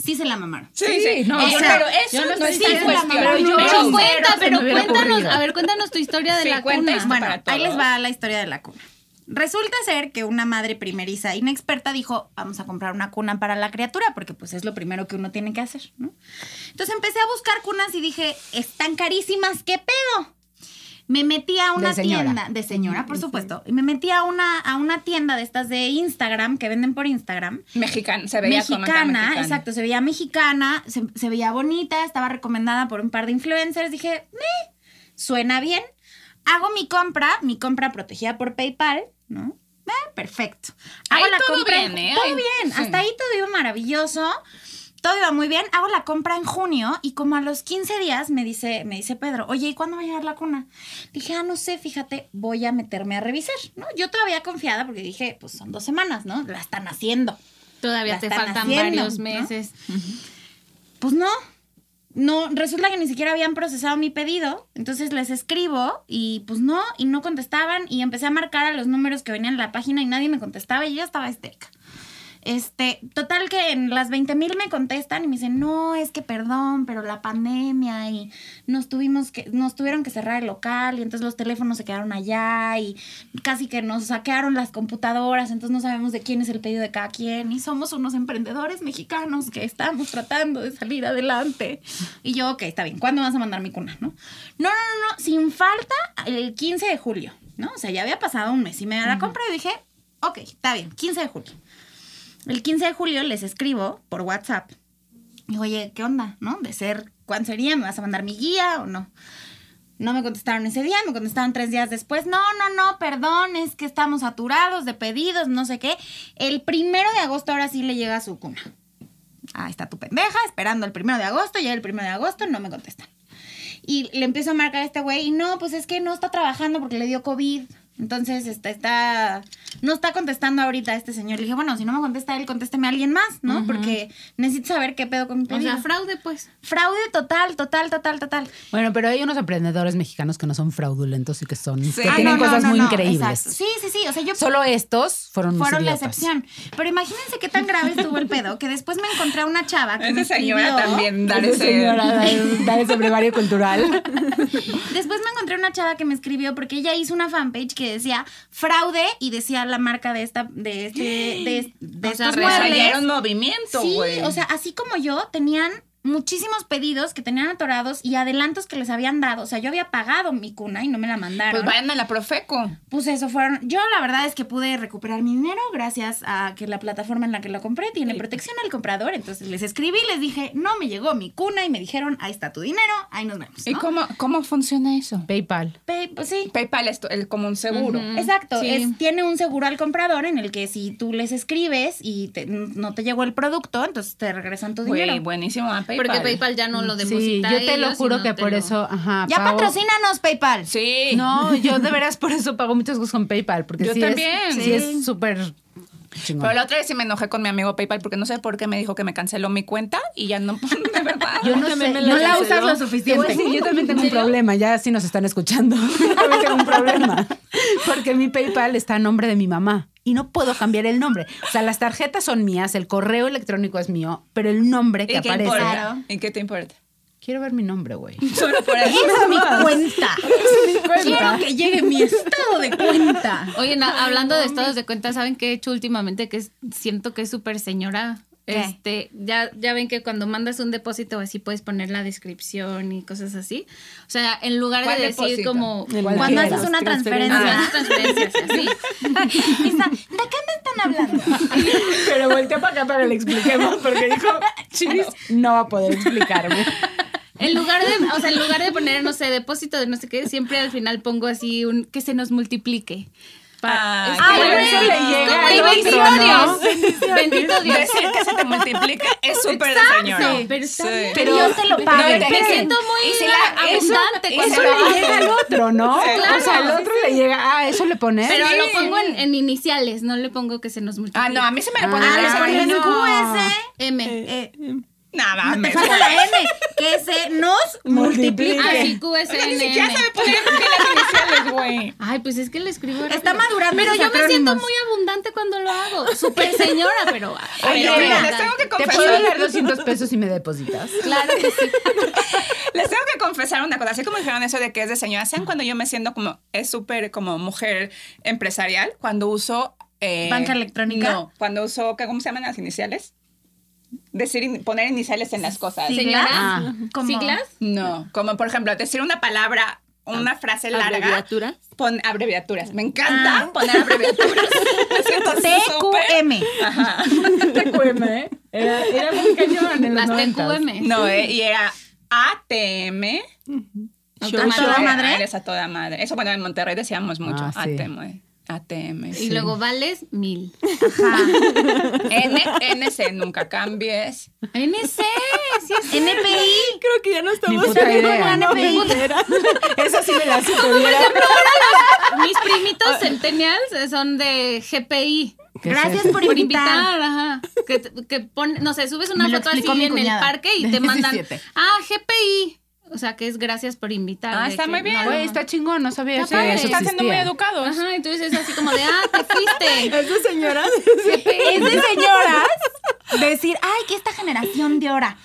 Speaker 3: sí se la mamaron.
Speaker 5: Sí,
Speaker 11: Sí,
Speaker 5: sí.
Speaker 11: no,
Speaker 5: Eh,
Speaker 11: o sea,
Speaker 5: pero eso
Speaker 11: yo no
Speaker 5: no,
Speaker 11: estoy
Speaker 5: está en
Speaker 11: diciendo
Speaker 5: cuestión.
Speaker 11: la mamá,
Speaker 5: Yo-
Speaker 11: pero
Speaker 6: Pero
Speaker 11: cero
Speaker 6: cuenta,
Speaker 11: se
Speaker 6: pero
Speaker 11: me hubiera
Speaker 6: cuéntanos,
Speaker 11: ocurrido.
Speaker 6: a ver, cuéntanos tu historia de
Speaker 5: Sí,
Speaker 6: la
Speaker 5: cuenta
Speaker 6: cuna.
Speaker 5: esto
Speaker 3: Bueno,
Speaker 5: para
Speaker 3: ahí les
Speaker 5: todos.
Speaker 3: va la historia de la cuna. Resulta ser que una madre primeriza inexperta dijo, vamos a comprar una cuna para la criatura, porque pues es lo primero que uno tiene que hacer, ¿no? Entonces empecé a buscar cunas y dije, están carísimas, ¿qué pedo? Me metí a una
Speaker 7: De señora.
Speaker 3: tienda, de señora, por supuesto, y me metí a una, a una tienda de estas de Instagram, que venden por Instagram,
Speaker 5: Mexicana, se veía con acá
Speaker 3: mexicana, exacto, se veía mexicana, se, se veía bonita, estaba recomendada por un par de influencers. Dije, "Meh, suena bien. Hago mi compra, mi compra protegida por PayPal, ¿no? Eh, perfecto. Hago
Speaker 6: Ahí todo bien, ¿eh?
Speaker 3: Todo
Speaker 6: Ahí-
Speaker 3: bien, hasta ahí todo iba maravilloso. Todo iba muy bien. Hago la compra en junio y como a los 15 días me dice, me dice Pedro, oye, ¿y cuándo va a llegar la cuna? Dije, ah, no sé, fíjate, voy a meterme a revisar, ¿no? Yo todavía confiada porque dije, pues son dos semanas, ¿no? La están haciendo.
Speaker 6: Todavía
Speaker 3: La
Speaker 6: te
Speaker 3: están
Speaker 6: faltan
Speaker 3: haciendo,
Speaker 6: varios
Speaker 3: ¿no?
Speaker 6: meses.
Speaker 3: pues no. No, resulta que ni siquiera habían procesado mi pedido. Entonces les escribo y pues no, y no contestaban. Y empecé a marcar a los números que venían en la página y nadie me contestaba y yo ya estaba histérica. Este, total que en las 20 mil me contestan y me dicen, no, es que perdón, pero la pandemia y nos tuvimos que, nos tuvieron que cerrar el local y entonces los teléfonos se quedaron allá y casi que nos saquearon las computadoras, entonces no sabemos de quién es el pedido de cada quien y somos unos emprendedores mexicanos que estamos tratando de salir adelante. Y yo, ok, está bien, ¿cuándo vas a mandar mi cuna? No, no, no, no, no, sin falta el 15 de julio, ¿no? O sea, ya había pasado un mes y me da la compra y dije, ok, está bien, 15 de julio. El 15 de julio les escribo por WhatsApp. Digo, oye, ¿qué onda? ¿No? De ser, ¿cuándo sería? ¿Me vas a mandar mi guía o no? No me contestaron ese día, me contestaron tres días después. No, no, no, perdón, es que estamos saturados de pedidos, no sé qué. El primero de agosto ahora sí le llega su cuna. Ahí está tu pendeja, esperando el primero de agosto, llega el primero de agosto, no me contestan. Y le empiezo a marcar a este güey y no, pues es que no está trabajando porque le dio COVID. Entonces está, está, no está contestando ahorita este señor. Le dije, bueno, si no me contesta él, contésteme a alguien más, ¿no? Porque necesito saber qué pedo con mi
Speaker 6: O
Speaker 3: pedido.
Speaker 6: sea, fraude, pues.
Speaker 3: fraude total, total, total, total.
Speaker 7: Bueno, pero hay unos emprendedores mexicanos que no son fraudulentos y que son que
Speaker 3: Ah,
Speaker 7: tienen
Speaker 3: no, no,
Speaker 7: cosas
Speaker 3: no,
Speaker 7: muy
Speaker 3: no,
Speaker 7: increíbles.
Speaker 3: exacto. Sí, sí, sí. O sea, yo
Speaker 7: Solo estos fueron unos
Speaker 3: fueron la
Speaker 7: idiotas.
Speaker 3: excepción. Pero imagínense qué tan grave estuvo el pedo que después me encontré a una chava que me
Speaker 5: Esa
Speaker 3: escribió.
Speaker 5: señora también dar
Speaker 7: Esa
Speaker 5: ese.
Speaker 7: señora, dar- dar ese brevario cultural.
Speaker 3: Después me encontré a una chava que me escribió porque ella hizo una fanpage que decía fraude y decía la marca de esta de este de, de
Speaker 6: O sea,
Speaker 3: estos muebles.
Speaker 5: Resalieron movimiento,
Speaker 3: Sí,
Speaker 5: güey.
Speaker 3: o sea, así como yo tenían muchísimos pedidos que tenían atorados y adelantos que les habían dado. O sea, yo había pagado mi cuna y no me la mandaron.
Speaker 5: pues vayan a la Profeco.
Speaker 3: pues eso fueron. Yo la verdad es que pude recuperar mi dinero gracias a que la plataforma en la que lo compré tiene protección al comprador. Entonces les escribí, les dije, no me llegó mi cuna y me dijeron, ahí está tu dinero, ahí nos vemos.
Speaker 5: ¿Y
Speaker 3: ¿no?
Speaker 5: cómo, cómo funciona eso?
Speaker 7: PayPal.
Speaker 3: Pe- pues sí.
Speaker 5: PayPal es to- el, como un seguro.
Speaker 6: Ujú.
Speaker 3: Exacto,
Speaker 6: Sí.
Speaker 3: es- tiene un seguro al comprador en el que si tú les escribes y te- no te llegó el producto, entonces te regresan tu
Speaker 5: Güey,
Speaker 3: dinero.
Speaker 5: buenísimo a PayPal.
Speaker 6: Porque PayPal ya no lo
Speaker 7: Sí,
Speaker 6: deposita.
Speaker 7: yo te lo
Speaker 6: ellos,
Speaker 7: juro
Speaker 6: sino
Speaker 7: que
Speaker 6: te
Speaker 7: por
Speaker 6: lo-
Speaker 7: eso, ajá,
Speaker 3: Ya
Speaker 7: pago-
Speaker 3: patrocínanos PayPal.
Speaker 5: Sí.
Speaker 7: No, yo de veras por eso pago muchas cosas con PayPal, porque
Speaker 5: Yo
Speaker 7: sí
Speaker 5: también.
Speaker 7: es sí
Speaker 5: Sí.
Speaker 7: es súper chingón.
Speaker 5: Pero la otra vez sí me enojé con mi amigo PayPal porque no sé por qué me dijo que me canceló mi cuenta y ya no, de verdad.
Speaker 7: Yo no, sé, no la usas lo suficiente. yo también tengo un problema, ya si nos están escuchando. Yo también tengo un problema. Porque mi PayPal está a nombre de mi mamá y no puedo cambiar el nombre. O sea, las tarjetas son mías, el correo electrónico es mío, pero el nombre que
Speaker 5: ¿Y qué
Speaker 7: aparece.
Speaker 5: importa? ¿Y qué te importa?
Speaker 7: Quiero ver mi nombre, güey.
Speaker 5: Solo por eso.
Speaker 3: Esa es mi cuenta. Quiero que llegue mi estado de cuenta.
Speaker 6: Oye, na- hablando de estados de cuenta, ¿saben qué he hecho últimamente? Que es- siento que es súper señora.
Speaker 3: ¿Qué?
Speaker 6: Este, ya, ya ven que cuando mandas un depósito así puedes poner la descripción y cosas así. O sea, en lugar de
Speaker 5: ¿Cuál
Speaker 6: decir
Speaker 5: depósito?
Speaker 6: como
Speaker 3: Cuando haces una transferencia.
Speaker 6: Ah, transferencias, así.
Speaker 3: Isa, ¿De qué me están hablando?
Speaker 7: Pero volteé para acá para que le expliquemos, porque dijo, Chiris no va a poder explicarme.
Speaker 6: En lugar de, o sea, en lugar de poner, no sé, depósito de no sé qué, siempre al final pongo así un que se nos multiplique. Pa-
Speaker 5: Ay,
Speaker 6: es como-
Speaker 5: Ah, qué bueno. Eso le
Speaker 7: llega
Speaker 6: como
Speaker 7: al
Speaker 6: bendito
Speaker 7: otro, ¿no?
Speaker 6: Dios. Bendito Dios.
Speaker 5: Decir que se te multiplica es súper de señora.
Speaker 6: Exacto, pero está bien.
Speaker 3: Pero yo te lo pago.
Speaker 5: No, y te-
Speaker 6: Me
Speaker 5: Esperen.
Speaker 6: siento muy
Speaker 5: Y si la- eso-
Speaker 6: abundante
Speaker 5: y
Speaker 6: cuando
Speaker 5: se
Speaker 7: Eso
Speaker 5: lo-
Speaker 6: lo
Speaker 7: le llega al otro, ¿no?
Speaker 5: Claro.
Speaker 7: O sea, al otro le llega, ah, eso le pones.
Speaker 6: Pero lo pongo en, en iniciales, no le pongo que se nos multiplique.
Speaker 5: Ah, no, a mí se me
Speaker 7: Ah,
Speaker 5: pone
Speaker 3: Ah, les
Speaker 7: Ay,
Speaker 3: ponen
Speaker 7: no.
Speaker 3: QS.
Speaker 6: M.
Speaker 3: eh,
Speaker 5: Nada,
Speaker 3: no,
Speaker 5: mames.
Speaker 3: te falta la N. Que se nos multiplique.
Speaker 6: Ah, sí,
Speaker 5: Ni
Speaker 6: QSN.
Speaker 5: siquiera sabe poner bien las iniciales, güey.
Speaker 6: Ay, pues es que le escribo
Speaker 3: Está
Speaker 6: rápido.
Speaker 3: madurando
Speaker 6: Pero
Speaker 3: esos
Speaker 6: yo me siento
Speaker 3: acrónimos.
Speaker 6: muy abundante cuando lo hago. Super señora, pero.
Speaker 5: Oye,
Speaker 6: pero
Speaker 5: mira,
Speaker 6: me
Speaker 5: les tengo
Speaker 6: encanta.
Speaker 5: que
Speaker 7: ¿Te puedo
Speaker 5: confesar.
Speaker 7: dar 200 pesos y me depositas?
Speaker 6: Claro que sí.
Speaker 5: Les tengo que confesar una cosa. Así como dijeron eso de que es de señora, ¿saben cuando yo me siento como, es súper como mujer empresarial? Cuando uso. eh,
Speaker 3: ¿Banca electrónica?
Speaker 5: No, cuando uso, ¿qué- ¿cómo se llaman las iniciales? Decir, in- poner iniciales en las cosas.
Speaker 6: Señora.
Speaker 7: Ah.
Speaker 3: ¿Cómo?
Speaker 6: ¿Siglas?
Speaker 5: No, como por ejemplo, decir una palabra, una frase larga.
Speaker 10: ¿Abreviaturas?
Speaker 5: Pon abreviaturas. Me encanta
Speaker 3: Ah.
Speaker 5: poner abreviaturas. Me siento súper-
Speaker 3: TQM.
Speaker 5: Ajá.
Speaker 7: TQM, ¿eh? Era, era muy cañón en los
Speaker 6: Las
Speaker 7: 90.
Speaker 6: TQM.
Speaker 5: No, eh, y era ATM.
Speaker 3: ¿A toda madre?
Speaker 5: Eres a toda madre. Eso, bueno, en Monterrey decíamos mucho.
Speaker 7: Ah, sí.
Speaker 5: ATM. eh. ATM.
Speaker 6: Y luego vales mil.
Speaker 5: N, NC, nunca cambies.
Speaker 6: NC, sí es
Speaker 3: NPI.
Speaker 10: Creo que ya no
Speaker 7: Ni
Speaker 10: estamos
Speaker 7: puta idea.
Speaker 10: Esa sí me la sé, pero era-
Speaker 6: Mis primitos centennials eh, son de GPI.
Speaker 7: ¿Qué es
Speaker 3: Gracias
Speaker 7: eso?
Speaker 3: por
Speaker 6: Por
Speaker 3: invitar.
Speaker 6: invitar, ajá. Que, que pon- no sé, subes una
Speaker 3: Me lo
Speaker 6: foto así
Speaker 3: explicó mi
Speaker 6: en el
Speaker 3: cuñada,
Speaker 6: parque y te
Speaker 7: del
Speaker 6: mandan.
Speaker 7: 17.
Speaker 6: Ah, GPI. O sea, que es gracias por invitar.
Speaker 5: Ah,
Speaker 6: de
Speaker 5: está
Speaker 6: que
Speaker 5: muy bien.
Speaker 6: no lo-
Speaker 7: Güey, está chingón, no sabía
Speaker 6: Está
Speaker 7: que
Speaker 6: padre.
Speaker 7: eso
Speaker 6: Están
Speaker 7: existía.
Speaker 5: educados.
Speaker 6: Ajá, entonces es así como de, ah, te fuiste.
Speaker 10: Esa señora.
Speaker 3: Es de señoras decir, ay, que esta generación de ahora.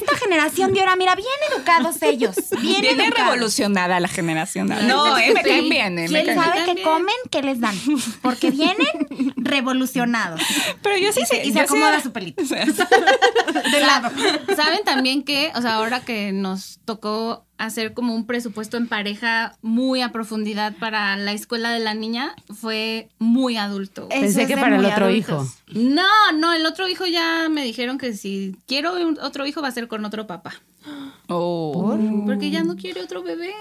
Speaker 3: Esta generación de ahora, mira, bien educados ellos. Bien
Speaker 5: Viene
Speaker 3: educados.
Speaker 5: revolucionada la generación. de ahora. No, eh, me caen bien. eh, me
Speaker 3: ¿Quién
Speaker 5: caen bien.
Speaker 3: sabe qué
Speaker 6: También.
Speaker 3: comen, qué les dan? Porque vienen revolucionados.
Speaker 5: Pero yo sí
Speaker 3: Y se,
Speaker 5: sé-
Speaker 3: y se
Speaker 5: yo sí-
Speaker 3: acomoda su pelito. De lado.
Speaker 6: Saben también que, o sea, ahora que nos tocó hacer como un presupuesto en pareja muy a profundidad para la escuela de la niña, fue muy adulto.
Speaker 3: Eh. Eso
Speaker 7: Pensé
Speaker 3: es
Speaker 7: que
Speaker 3: de
Speaker 7: para el
Speaker 3: muy
Speaker 7: otro hijo.
Speaker 3: adultos.
Speaker 6: No, no, el otro hijo ya me dijeron que si quiero un- otro hijo va a ser con otro papá.
Speaker 5: Oh.
Speaker 6: Porque ya no quiere otro bebé.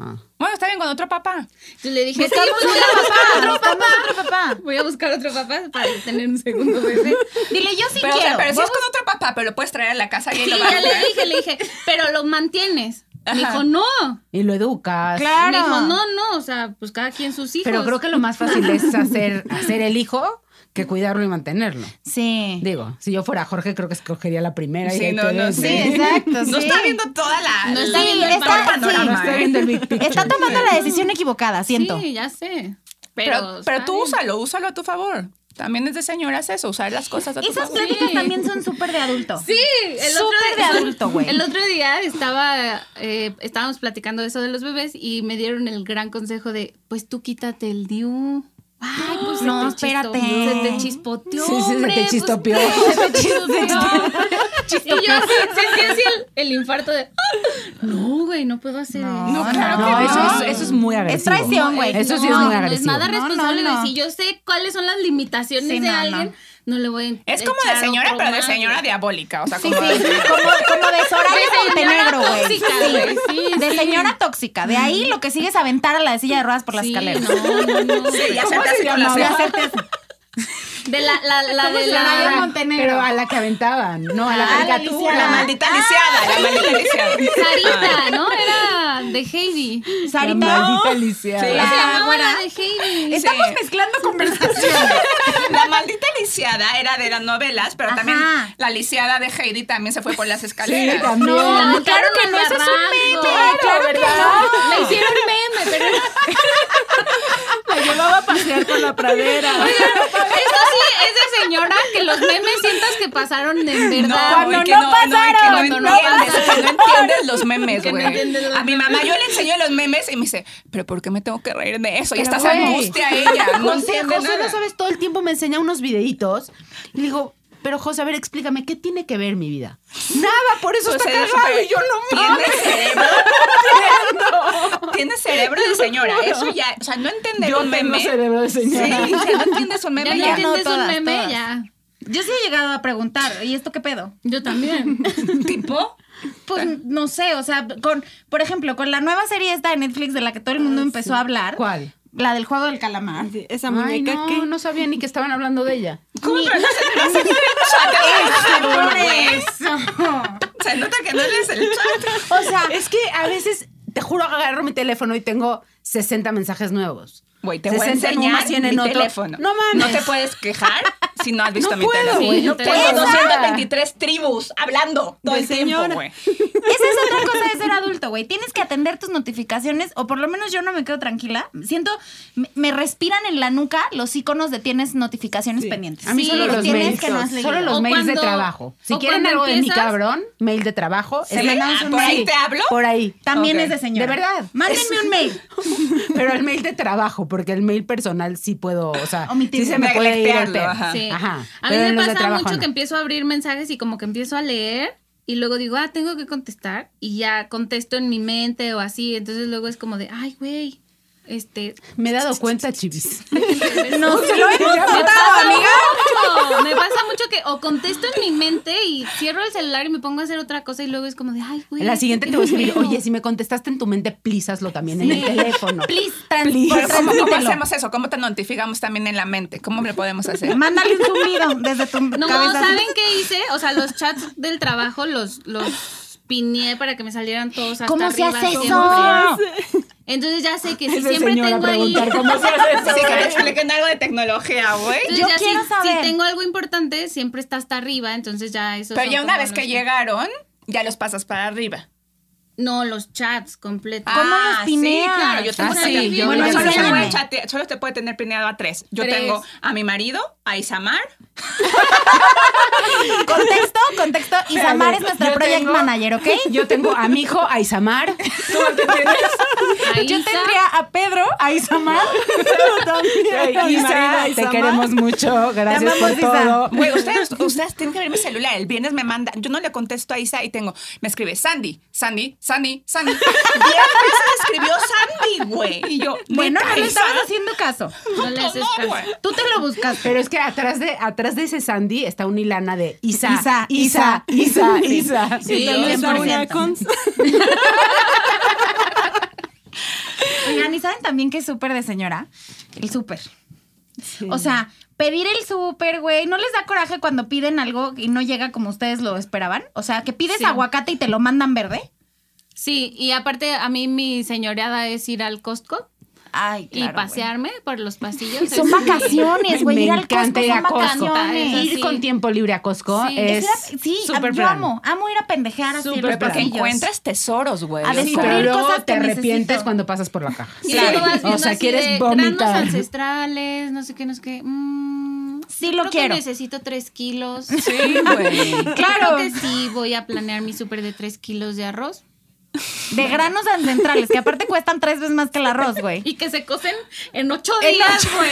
Speaker 7: Ah.
Speaker 5: Bueno, está bien con otro papá.
Speaker 6: Entonces le dije, sí, pues voy a buscar otro papá, otro papá. Voy a buscar otro papá para tener un segundo bebé.
Speaker 3: Dile, yo sí
Speaker 5: Pero, o sea,
Speaker 3: quiero.
Speaker 5: pero si es con otro papá, pero lo puedes traer a la casa y él
Speaker 6: Sí,
Speaker 5: lo va a
Speaker 6: ya
Speaker 5: cuidar.
Speaker 6: le dije, le dije, pero lo mantienes. Me
Speaker 5: Ajá.
Speaker 6: dijo, no.
Speaker 7: Y lo educas.
Speaker 6: Me dijo, no, no, o sea, pues cada quien sus hijos.
Speaker 7: Pero creo que lo más fácil es hacer, hacer el hijo que cuidarlo y mantenerlo.
Speaker 3: Sí.
Speaker 7: Digo, si yo fuera Jorge, creo que escogería la primera. y
Speaker 5: Sí,
Speaker 7: ahí
Speaker 5: no,
Speaker 7: te
Speaker 5: no,
Speaker 7: ves,
Speaker 5: sí,
Speaker 7: ¿eh?
Speaker 3: Exacto.
Speaker 5: No
Speaker 3: sí.
Speaker 5: está viendo toda la.
Speaker 6: No está
Speaker 5: la-
Speaker 6: viendo el
Speaker 5: todo el
Speaker 3: panorama.
Speaker 5: panorama,
Speaker 7: No está
Speaker 5: ¿eh?
Speaker 7: viendo el big picture.
Speaker 3: Está tomando la decisión equivocada, siento.
Speaker 6: Sí, ya sé. Pero,
Speaker 5: Pero, pero
Speaker 6: está
Speaker 5: tú
Speaker 6: bien.
Speaker 5: úsalo, úsalo a tu favor. También es de señoras eso, usar las cosas a tu
Speaker 3: Esas
Speaker 5: favor.
Speaker 3: pláticas también son súper de adulto.
Speaker 6: Sí, el
Speaker 3: Súper
Speaker 6: otro día,
Speaker 3: de adulto, güey.
Speaker 6: El otro día estaba, eh, estábamos platicando eso de los bebés y me dieron el gran consejo de, pues tú quítate el DIU. Ay, pues
Speaker 3: No,
Speaker 6: se te
Speaker 3: espérate.
Speaker 6: chisto- Se te chispoteó.
Speaker 7: Sí, sí, se te
Speaker 6: hombre, pues,
Speaker 7: chistopeó.
Speaker 6: ¿qué? Se te chistopeó. Y yo sentí así el, el infarto de, "Ah, no, güey, no puedo hacer eso.
Speaker 5: No, claro
Speaker 7: No,
Speaker 5: que no.
Speaker 7: Eso, es, eso es muy agresivo.
Speaker 3: traición, güey.
Speaker 7: Eso sí es
Speaker 6: No,
Speaker 7: muy
Speaker 6: No es
Speaker 7: agresivo.
Speaker 6: nada
Speaker 3: No, no,
Speaker 6: responsable. güey.
Speaker 3: no.
Speaker 6: Si yo sé cuáles son las limitaciones
Speaker 3: Sí,
Speaker 6: de
Speaker 3: no, no.
Speaker 6: alguien, no. le voy a
Speaker 5: Es como de
Speaker 6: echar
Speaker 5: señora,
Speaker 6: otro
Speaker 5: pero de
Speaker 6: más,
Speaker 5: señora
Speaker 6: güey.
Speaker 5: diabólica. O sea,
Speaker 3: Sí,
Speaker 5: como.
Speaker 3: sí, sí, como, como de Soraya Montenegro, güey.
Speaker 6: tóxica, güey, sí,
Speaker 3: De
Speaker 6: sí.
Speaker 3: señora tóxica. De ahí lo que sigue es aventar a la de silla de ruedas por la
Speaker 6: Sí,
Speaker 3: escalera.
Speaker 6: no, no, no.
Speaker 5: Sí, ya se te hace con
Speaker 3: De
Speaker 5: la ceja.
Speaker 3: hacerte así.
Speaker 6: De la, la, la de
Speaker 3: Soraya
Speaker 6: la
Speaker 7: Pero a la que aventaban, no a la
Speaker 3: Ah, la
Speaker 7: caricatura.
Speaker 5: La maldita lisiada, la maldita lisiada.
Speaker 6: Sarita, ¿no? Era de Heidi.
Speaker 7: La
Speaker 3: Sarita.
Speaker 7: maldita Alicia.
Speaker 5: Sí.
Speaker 6: La
Speaker 5: Ah,
Speaker 6: se llamaba
Speaker 3: güera.
Speaker 6: la de Heidi.
Speaker 5: Estamos
Speaker 3: mezclando conversaciones.
Speaker 5: La maldita lisiada era de las novelas, pero también
Speaker 3: Ajá.
Speaker 5: la lisiada de Heidi también se fue por las escaleras.
Speaker 7: Sí, también.
Speaker 6: La
Speaker 3: claro
Speaker 6: aventaron
Speaker 3: que no,
Speaker 6: al
Speaker 3: eso es un
Speaker 6: barranco.
Speaker 3: meme, claro que no.
Speaker 6: La hicieron meme, pero era-
Speaker 10: La llevaba a pasear por la pradera.
Speaker 6: eso sí es de señora que los memes sientas que pasaron en verdad.
Speaker 5: No, y que
Speaker 3: no
Speaker 5: no, no, y
Speaker 3: pasaron,
Speaker 5: que no,
Speaker 6: no
Speaker 5: entiendes,
Speaker 6: pasaron.
Speaker 5: que no entiendes los memes,
Speaker 6: Que no entiendes
Speaker 5: güey.
Speaker 6: los
Speaker 5: A mi mamá yo le enseño los memes y me dice, pero ¿por qué me tengo que reír de eso? Y estás
Speaker 7: güey.
Speaker 5: angustia ella. No
Speaker 10: José,
Speaker 5: entiende
Speaker 10: José, no
Speaker 5: nada.
Speaker 10: sabes, todo el tiempo me enseña unos videitos. Y le digo, pero José, a ver, explícame, ¿qué tiene que ver mi vida? Nada, por eso
Speaker 5: José,
Speaker 10: está
Speaker 5: es
Speaker 10: cagado
Speaker 5: Pues súper-
Speaker 10: y yo no me...
Speaker 5: Tiene cerebro. Tiene cerebro de señora. Eso ya, o sea, no entender
Speaker 7: Yo
Speaker 5: un
Speaker 7: tengo
Speaker 5: meme.
Speaker 7: cerebro de
Speaker 5: Sí, o
Speaker 7: señora.
Speaker 5: sea, no entiendes un
Speaker 6: Ya
Speaker 5: meme.
Speaker 6: no
Speaker 5: ya.
Speaker 6: entiendes
Speaker 3: todas,
Speaker 6: un meme,
Speaker 3: todas.
Speaker 6: ya.
Speaker 3: Yo sí he llegado a preguntar, ¿y esto qué pedo?
Speaker 6: Yo también.
Speaker 5: ¿Tipo?
Speaker 3: Pues no sé, o sea, con, por ejemplo, con la nueva serie esta de Netflix de la que todo el mundo empezó a hablar.
Speaker 7: Ah, ¿Cuál?
Speaker 3: La del juego del calamar.
Speaker 10: Esa
Speaker 7: Ay,
Speaker 10: muñeca
Speaker 7: no,
Speaker 10: que...
Speaker 7: no sabía ni que estaban hablando de ella.
Speaker 5: ¿Cómo pero no se te hace que el chat,
Speaker 3: Ah, Por
Speaker 5: güey?
Speaker 3: eso.
Speaker 5: Se nota que no lees el chat.
Speaker 7: O sea, es que a veces, te juro, agarro mi teléfono y tengo 60 mensajes nuevos.
Speaker 5: Güey, te voy a
Speaker 7: 60 en
Speaker 5: enseñar
Speaker 7: uno, 100 en
Speaker 5: mi
Speaker 7: otro.
Speaker 5: teléfono.
Speaker 7: No mames.
Speaker 5: No te puedes quejar si no has visto mi tele.
Speaker 6: puedo, güey, no
Speaker 5: Tengo
Speaker 6: puedo.
Speaker 5: 223 tribus hablando todo
Speaker 10: De
Speaker 5: el tiempo,
Speaker 10: señora.
Speaker 5: güey.
Speaker 3: Esa es otra cosa de ser adulto, güey. Tienes que atender tus notificaciones, o por lo menos yo no me quedo tranquila. Siento, me, me respiran en la nuca los iconos de tienes notificaciones pendientes.
Speaker 7: A mí
Speaker 6: Sí,
Speaker 7: solo
Speaker 6: lo
Speaker 7: los
Speaker 3: tienes
Speaker 7: mails,
Speaker 3: que no has leído.
Speaker 7: solo los
Speaker 6: O
Speaker 7: mails de
Speaker 6: cuando-
Speaker 7: trabajo. Si
Speaker 6: o
Speaker 7: quieren
Speaker 6: cuando
Speaker 7: algo de mi
Speaker 6: empiezas-
Speaker 7: cabrón, mail de trabajo. es-
Speaker 5: Sí, ah, ¿Por ahí te hablo?
Speaker 7: Por ahí.
Speaker 3: También
Speaker 5: Ok.
Speaker 3: es de señora.
Speaker 7: De verdad.
Speaker 3: Mándenme un mail.
Speaker 7: Pero el mail de trabajo, porque el mail personal sí puedo, o sea,
Speaker 3: Omitirlo.
Speaker 7: sí se me puede ir al
Speaker 5: Neglectearlo,
Speaker 7: pedo.
Speaker 5: ajá.
Speaker 6: Sí.
Speaker 7: Ajá.
Speaker 6: A mí
Speaker 7: Pero en los
Speaker 6: me
Speaker 7: de
Speaker 6: pasa
Speaker 7: trabajo
Speaker 6: mucho
Speaker 7: no.
Speaker 6: que empiezo a abrir mensajes y como que empiezo a leer y luego digo, ah, tengo que contestar y ya contesto en mi mente o así. Entonces luego es como de, ay, güey, este...
Speaker 7: Me he dado cuenta, chivis.
Speaker 6: No,
Speaker 5: Se lo hemos
Speaker 6: me
Speaker 5: contado,
Speaker 6: pasa
Speaker 5: amiga.
Speaker 6: mucho, me pasa mucho que o contesto en mi mente y cierro el celular y me pongo a hacer otra cosa y luego es como de, ay, güey.
Speaker 7: En la siguiente te voy a escribir, oye, si me contestaste en tu mente, please hazlo también en el teléfono.
Speaker 3: Please,
Speaker 7: Please.
Speaker 5: Pero ¿cómo, cómo
Speaker 7: Transmítelo.
Speaker 5: hacemos eso? ¿Cómo te notificamos también en la mente? ¿Cómo le podemos hacer?
Speaker 3: Mándale un zumbido desde tu
Speaker 6: No,
Speaker 3: cabeza.
Speaker 6: ¿saben qué hice? O sea, los chats del trabajo los, los pineé para que me salieran todos hasta
Speaker 3: ¿Cómo se
Speaker 6: arriba.
Speaker 3: hace
Speaker 6: siempre.
Speaker 3: eso?
Speaker 6: Entonces ya sé que si
Speaker 7: Es de
Speaker 6: siempre
Speaker 7: señora
Speaker 6: tengo ahí...
Speaker 7: preguntar cómo se hace
Speaker 5: Sí,
Speaker 7: eso.
Speaker 5: que me expliquen algo de tecnología, güey.
Speaker 6: Entonces,
Speaker 3: Yo
Speaker 6: ya
Speaker 3: quiero
Speaker 6: si,
Speaker 3: saber.
Speaker 6: si tengo algo importante, siempre está hasta arriba, entonces ya eso.
Speaker 5: Pero ya una vez que llegaron, ya los pasas para arriba.
Speaker 6: No, los chats completos.
Speaker 5: ¿Cómo
Speaker 3: los pineas?
Speaker 5: Ah, Sí, claro, yo tengo
Speaker 6: Ah,
Speaker 5: una
Speaker 6: sí,
Speaker 5: tarea.
Speaker 6: yo
Speaker 5: bueno,
Speaker 6: lo
Speaker 5: solo,
Speaker 3: hice.
Speaker 5: se puede chatear- solo te puede tener pineado a tres. Yo
Speaker 6: Tres.
Speaker 5: tengo a mi marido, a Isamar.
Speaker 3: Contexto, contexto. Isamar este es nuestra
Speaker 7: Yo
Speaker 3: project
Speaker 7: tengo-
Speaker 3: manager, ¿ok?
Speaker 7: Yo tengo a mi hijo, a Isamar. ¿Tú a qué tienes?
Speaker 6: A
Speaker 3: Yo
Speaker 6: Isa,
Speaker 3: tendría a Pedro.
Speaker 7: A Isamar.
Speaker 10: a mi marido,
Speaker 7: Isa,
Speaker 10: a
Speaker 7: te
Speaker 10: Isamar.
Speaker 7: queremos mucho. Gracias
Speaker 3: amamos,
Speaker 7: por
Speaker 3: Isa.
Speaker 7: todo.
Speaker 5: Güey, ustedes, ustedes tienen que ver mi celular. El viernes me manda. Yo no le contesto a Isa y tengo. Me escribe Sandy, Sandy, Sandy, Sandy. Viernes me escribió Sandy, güey. Y yo,
Speaker 3: Bueno,
Speaker 5: ¿neta,
Speaker 3: no le
Speaker 5: Isa?
Speaker 3: estabas haciendo caso.
Speaker 6: no le haces
Speaker 5: No,
Speaker 6: caso.
Speaker 5: güey.
Speaker 3: Tú te lo buscas.
Speaker 7: Pero es que atrás de, atrás de ese Sandy está una hilana de Isa,
Speaker 3: Isa,
Speaker 7: Isa, Isa, Isa.
Speaker 6: Sí,
Speaker 10: También fue
Speaker 3: 100%.
Speaker 10: una cons-
Speaker 3: Oigan, ¿y saben también que es súper de señora? El súper. O sea, pedir el súper, güey, ¿no les da coraje cuando piden algo y no llega como ustedes lo esperaban? O sea, que pides
Speaker 6: Sí.
Speaker 3: aguacate y te lo mandan verde.
Speaker 6: Sí, y aparte a mí mi señoreada es ir al Costco
Speaker 3: Ay,
Speaker 6: y pasearme por los pasillos.
Speaker 3: Son
Speaker 6: Es mi-
Speaker 3: vacaciones, güey.
Speaker 7: Me
Speaker 3: Ir al Costco
Speaker 7: encanta ir
Speaker 3: son
Speaker 7: a Costco.
Speaker 3: vacaciones.
Speaker 6: Eso
Speaker 7: Ir
Speaker 6: sí.
Speaker 7: con tiempo libre a Cosco
Speaker 6: Sí.
Speaker 3: Es
Speaker 7: es
Speaker 3: ir a- sí,
Speaker 7: súper
Speaker 3: yo
Speaker 7: plan.
Speaker 3: amo. Amo ir a pendejear así
Speaker 7: Súper
Speaker 3: los
Speaker 7: plan.
Speaker 5: Porque
Speaker 3: pasillos.
Speaker 5: encuentras tesoros, güey.
Speaker 3: A
Speaker 5: O sea,
Speaker 7: Sí,
Speaker 3: descubrir
Speaker 7: pero
Speaker 3: cosas
Speaker 7: luego
Speaker 3: que
Speaker 7: te arrepientes
Speaker 3: necesito.
Speaker 7: cuando pasas por la caja.
Speaker 6: Y luego vas
Speaker 7: O
Speaker 6: viendo
Speaker 7: sea,
Speaker 6: así de
Speaker 7: quieres
Speaker 6: granos
Speaker 7: vomitar.
Speaker 6: ancestrales, no sé qué, no sé qué. Mm,
Speaker 3: Sí lo
Speaker 6: creo
Speaker 3: quiero.
Speaker 6: Que necesito tres kilos.
Speaker 5: Sí, güey.
Speaker 3: Claro.
Speaker 6: Creo que sí voy a planear mi súper de tres kilos de arroz.
Speaker 3: De granos ancestrales, que aparte cuestan tres veces más que el arroz, güey.
Speaker 6: Y que se cocen en ocho
Speaker 3: En
Speaker 6: días,
Speaker 3: ocho-
Speaker 6: güey.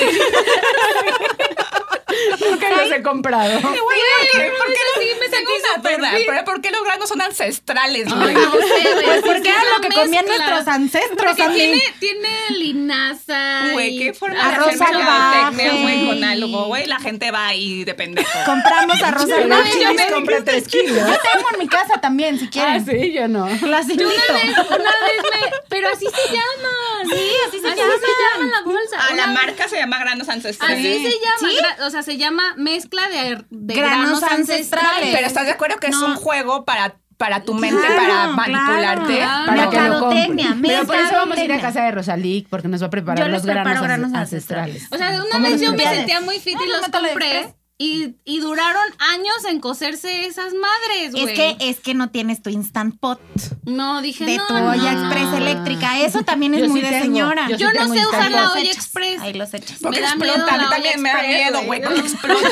Speaker 7: Nunca los he comprado.
Speaker 5: Güey, ¿por qué, por qué
Speaker 6: eso
Speaker 5: lo-
Speaker 6: sí me
Speaker 5: tengo
Speaker 6: sentí
Speaker 5: una
Speaker 6: súper
Speaker 5: duda,
Speaker 6: bien.
Speaker 5: Pero ¿por qué los granos son ancestrales,
Speaker 6: Ay,
Speaker 5: güey?
Speaker 6: no sé, güey.
Speaker 3: Pues
Speaker 6: Sí,
Speaker 3: porque
Speaker 6: sí,
Speaker 3: era
Speaker 6: es
Speaker 3: lo
Speaker 6: una
Speaker 3: que comían
Speaker 6: mezcla.
Speaker 3: nuestros ancestros,
Speaker 6: Porque
Speaker 3: Andy.
Speaker 6: tiene, tiene linaza.
Speaker 5: Güey,
Speaker 6: y
Speaker 5: qué forma
Speaker 3: Arroz
Speaker 5: de hacer
Speaker 3: salvaje.
Speaker 5: mercadotecnia, güey, con algo, güey. La gente va ahí de pendejo.
Speaker 3: Compramos arroz al
Speaker 7: Pero
Speaker 3: mar.
Speaker 6: vez yo
Speaker 7: Chivis
Speaker 6: me-
Speaker 7: compra tres kilos.
Speaker 3: Yo tengo en mi casa también, si
Speaker 7: Ah,
Speaker 3: quieren.
Speaker 7: sí, yo no.
Speaker 3: Las
Speaker 6: Yo una vez,
Speaker 3: invito.
Speaker 6: una vez me. Pero así se llaman.
Speaker 3: Sí, así se
Speaker 6: Así
Speaker 3: llaman.
Speaker 6: se llama la bolsa.
Speaker 5: A Ah, la
Speaker 6: Una-
Speaker 5: marca se llama granos ancestrales.
Speaker 6: Así se llama.
Speaker 3: ¿Sí?
Speaker 6: gra- O sea, se llama mezcla de, de
Speaker 3: Granos
Speaker 6: granos,
Speaker 3: ancestrales.
Speaker 6: ancestrales.
Speaker 5: Pero ¿estás de acuerdo que es un juego para, para tu mente,
Speaker 3: Claro,
Speaker 5: para
Speaker 3: claro.
Speaker 5: manipularte?
Speaker 6: Claro.
Speaker 7: Para que lo compre.
Speaker 3: Mercadotecnia,
Speaker 7: Pero por eso vamos a ir a
Speaker 3: mercadotecnia.
Speaker 7: casa de Rosalí, porque nos va a
Speaker 3: Yo
Speaker 7: preparar
Speaker 3: les
Speaker 7: los granos,
Speaker 3: preparo granos
Speaker 7: ances- ancestrales.
Speaker 6: O sea, de una
Speaker 7: ¿Cómo
Speaker 6: vez
Speaker 7: los
Speaker 6: yo me
Speaker 7: preparas?
Speaker 6: sentía muy fit
Speaker 3: No,
Speaker 6: y
Speaker 3: no,
Speaker 6: los
Speaker 3: métale
Speaker 6: compré.
Speaker 3: después.
Speaker 6: Y, y duraron años en cocerse esas madres, güey.
Speaker 3: Es que, es que no tienes tu instant pot
Speaker 6: No, dije
Speaker 3: de
Speaker 6: no.
Speaker 3: tu olla
Speaker 6: no.
Speaker 3: express eléctrica. Eso también es
Speaker 7: Yo
Speaker 3: muy
Speaker 7: sí
Speaker 3: de
Speaker 7: tengo.
Speaker 3: señora.
Speaker 7: Yo sí
Speaker 6: Yo no
Speaker 7: tengo
Speaker 6: sé usar
Speaker 7: instantáneo.
Speaker 6: la olla express.
Speaker 3: Ahí los echas.
Speaker 5: Porque
Speaker 6: Me da miedo
Speaker 5: explotan. A mí
Speaker 6: la
Speaker 5: también me da
Speaker 6: olla
Speaker 5: miedo,
Speaker 6: express,
Speaker 5: güey.
Speaker 6: güey.
Speaker 5: Cuando explotan.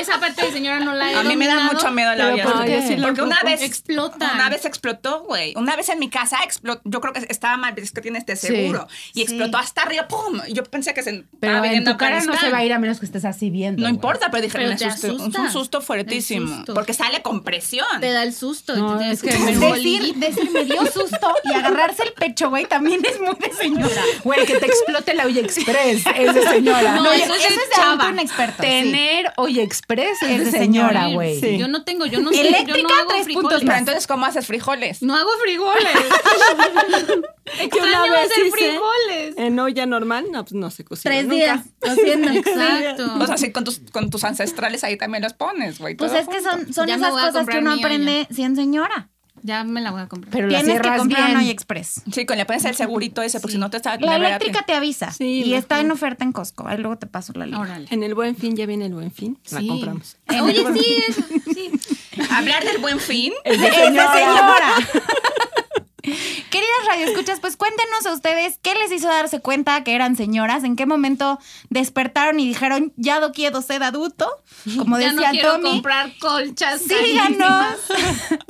Speaker 6: Esa parte de señora no la he
Speaker 5: A mí me da
Speaker 6: dominado.
Speaker 5: mucho miedo
Speaker 7: Pero
Speaker 5: la olla.
Speaker 7: ¿por
Speaker 5: express.
Speaker 7: qué? Yo sí la
Speaker 5: Porque una vez
Speaker 6: Explota.
Speaker 5: Una vez explotó, güey. Una vez en mi casa explotó. Yo creo que estaba mal, pero es que tiene este
Speaker 7: Sí.
Speaker 5: seguro.
Speaker 3: Sí.
Speaker 5: Y explotó hasta arriba, ¡pum! Y Yo pensé que se.
Speaker 7: Pero
Speaker 5: estaba
Speaker 7: en
Speaker 5: viniendo
Speaker 7: tu cara no
Speaker 5: Afganistán.
Speaker 7: se va a ir a menos que estés así viendo.
Speaker 5: No
Speaker 7: güey.
Speaker 5: importa, pero dije,
Speaker 6: Pero
Speaker 5: me
Speaker 6: te
Speaker 5: asusté. Es
Speaker 6: asusta.
Speaker 5: un susto fuertísimo.
Speaker 6: El susto.
Speaker 5: Porque sale con presión.
Speaker 6: Te da el susto.
Speaker 7: No,
Speaker 6: y te
Speaker 7: es que
Speaker 6: tienes comer un
Speaker 3: Decir,
Speaker 6: bolillo.
Speaker 3: decir, me dio susto y agarrarse el pecho, güey, también es muy de señora.
Speaker 7: Güey, que te explote la olla express. Es de señora.
Speaker 6: No, eso es de chava.
Speaker 3: adulto inexperto. sí.
Speaker 7: Tener olla express es,
Speaker 3: Es
Speaker 7: de
Speaker 3: de
Speaker 7: señora,
Speaker 6: Sí.
Speaker 7: güey.
Speaker 6: Yo no tengo, yo no sé. yo no
Speaker 3: Eléctrica,
Speaker 6: hago
Speaker 3: tres
Speaker 6: frijoles.
Speaker 3: puntos
Speaker 5: Pero entonces, ¿cómo haces frijoles?
Speaker 6: No hago frijoles. Extraño
Speaker 10: vez
Speaker 6: hacer
Speaker 10: hice-
Speaker 6: frijoles.
Speaker 10: En olla normal, no, pues no se cocina.
Speaker 3: Tres
Speaker 10: nunca.
Speaker 3: días, lo siento.
Speaker 6: Exacto.
Speaker 5: O sea, sí, con tus, con tus ancestrales ahí también los pones, güey.
Speaker 3: Pues
Speaker 5: todo
Speaker 3: es que son, son
Speaker 6: Ya me
Speaker 3: esas
Speaker 6: voy a
Speaker 3: cosas que
Speaker 6: comprar
Speaker 3: uno
Speaker 6: mi olla.
Speaker 3: aprende siendo señora.
Speaker 6: Ya me la voy a comprar.
Speaker 7: Pero la
Speaker 3: Tienes que
Speaker 7: cierras
Speaker 3: comprar una
Speaker 7: bien.
Speaker 3: Express.
Speaker 5: Sí, con le pones el segurito ese, porque si no te
Speaker 3: La
Speaker 5: está... verdad,
Speaker 3: eléctrica te avisa.
Speaker 11: Sí,
Speaker 3: y
Speaker 11: la
Speaker 3: está en oferta en Costco. Ahí luego te paso la línea.
Speaker 6: Órale.
Speaker 11: En el buen fin, ya viene el buen fin. La
Speaker 6: Sí.
Speaker 11: compramos.
Speaker 6: Oye, sí, es- sí.
Speaker 5: Hablar del buen fin.
Speaker 3: ¡Esa señora! Queridas radioescuchas, pues cuéntenos a ustedes qué les hizo darse cuenta que eran señoras, en qué momento despertaron y dijeron, ya no quiero ser adulto, como
Speaker 6: Ya no
Speaker 3: decía
Speaker 6: quiero
Speaker 3: Tommy.
Speaker 6: comprar colchas.
Speaker 3: Síganos.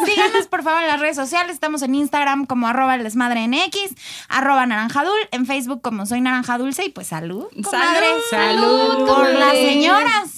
Speaker 3: Síganos, por favor, en las redes sociales. Estamos en Instagram como arroba el desmadre en X, arroba naranjadul, en Facebook como soy naranja dulce y pues salud. comadre.
Speaker 5: Salud.
Speaker 6: Salud,
Speaker 3: Por las
Speaker 6: comadre.
Speaker 3: señoras.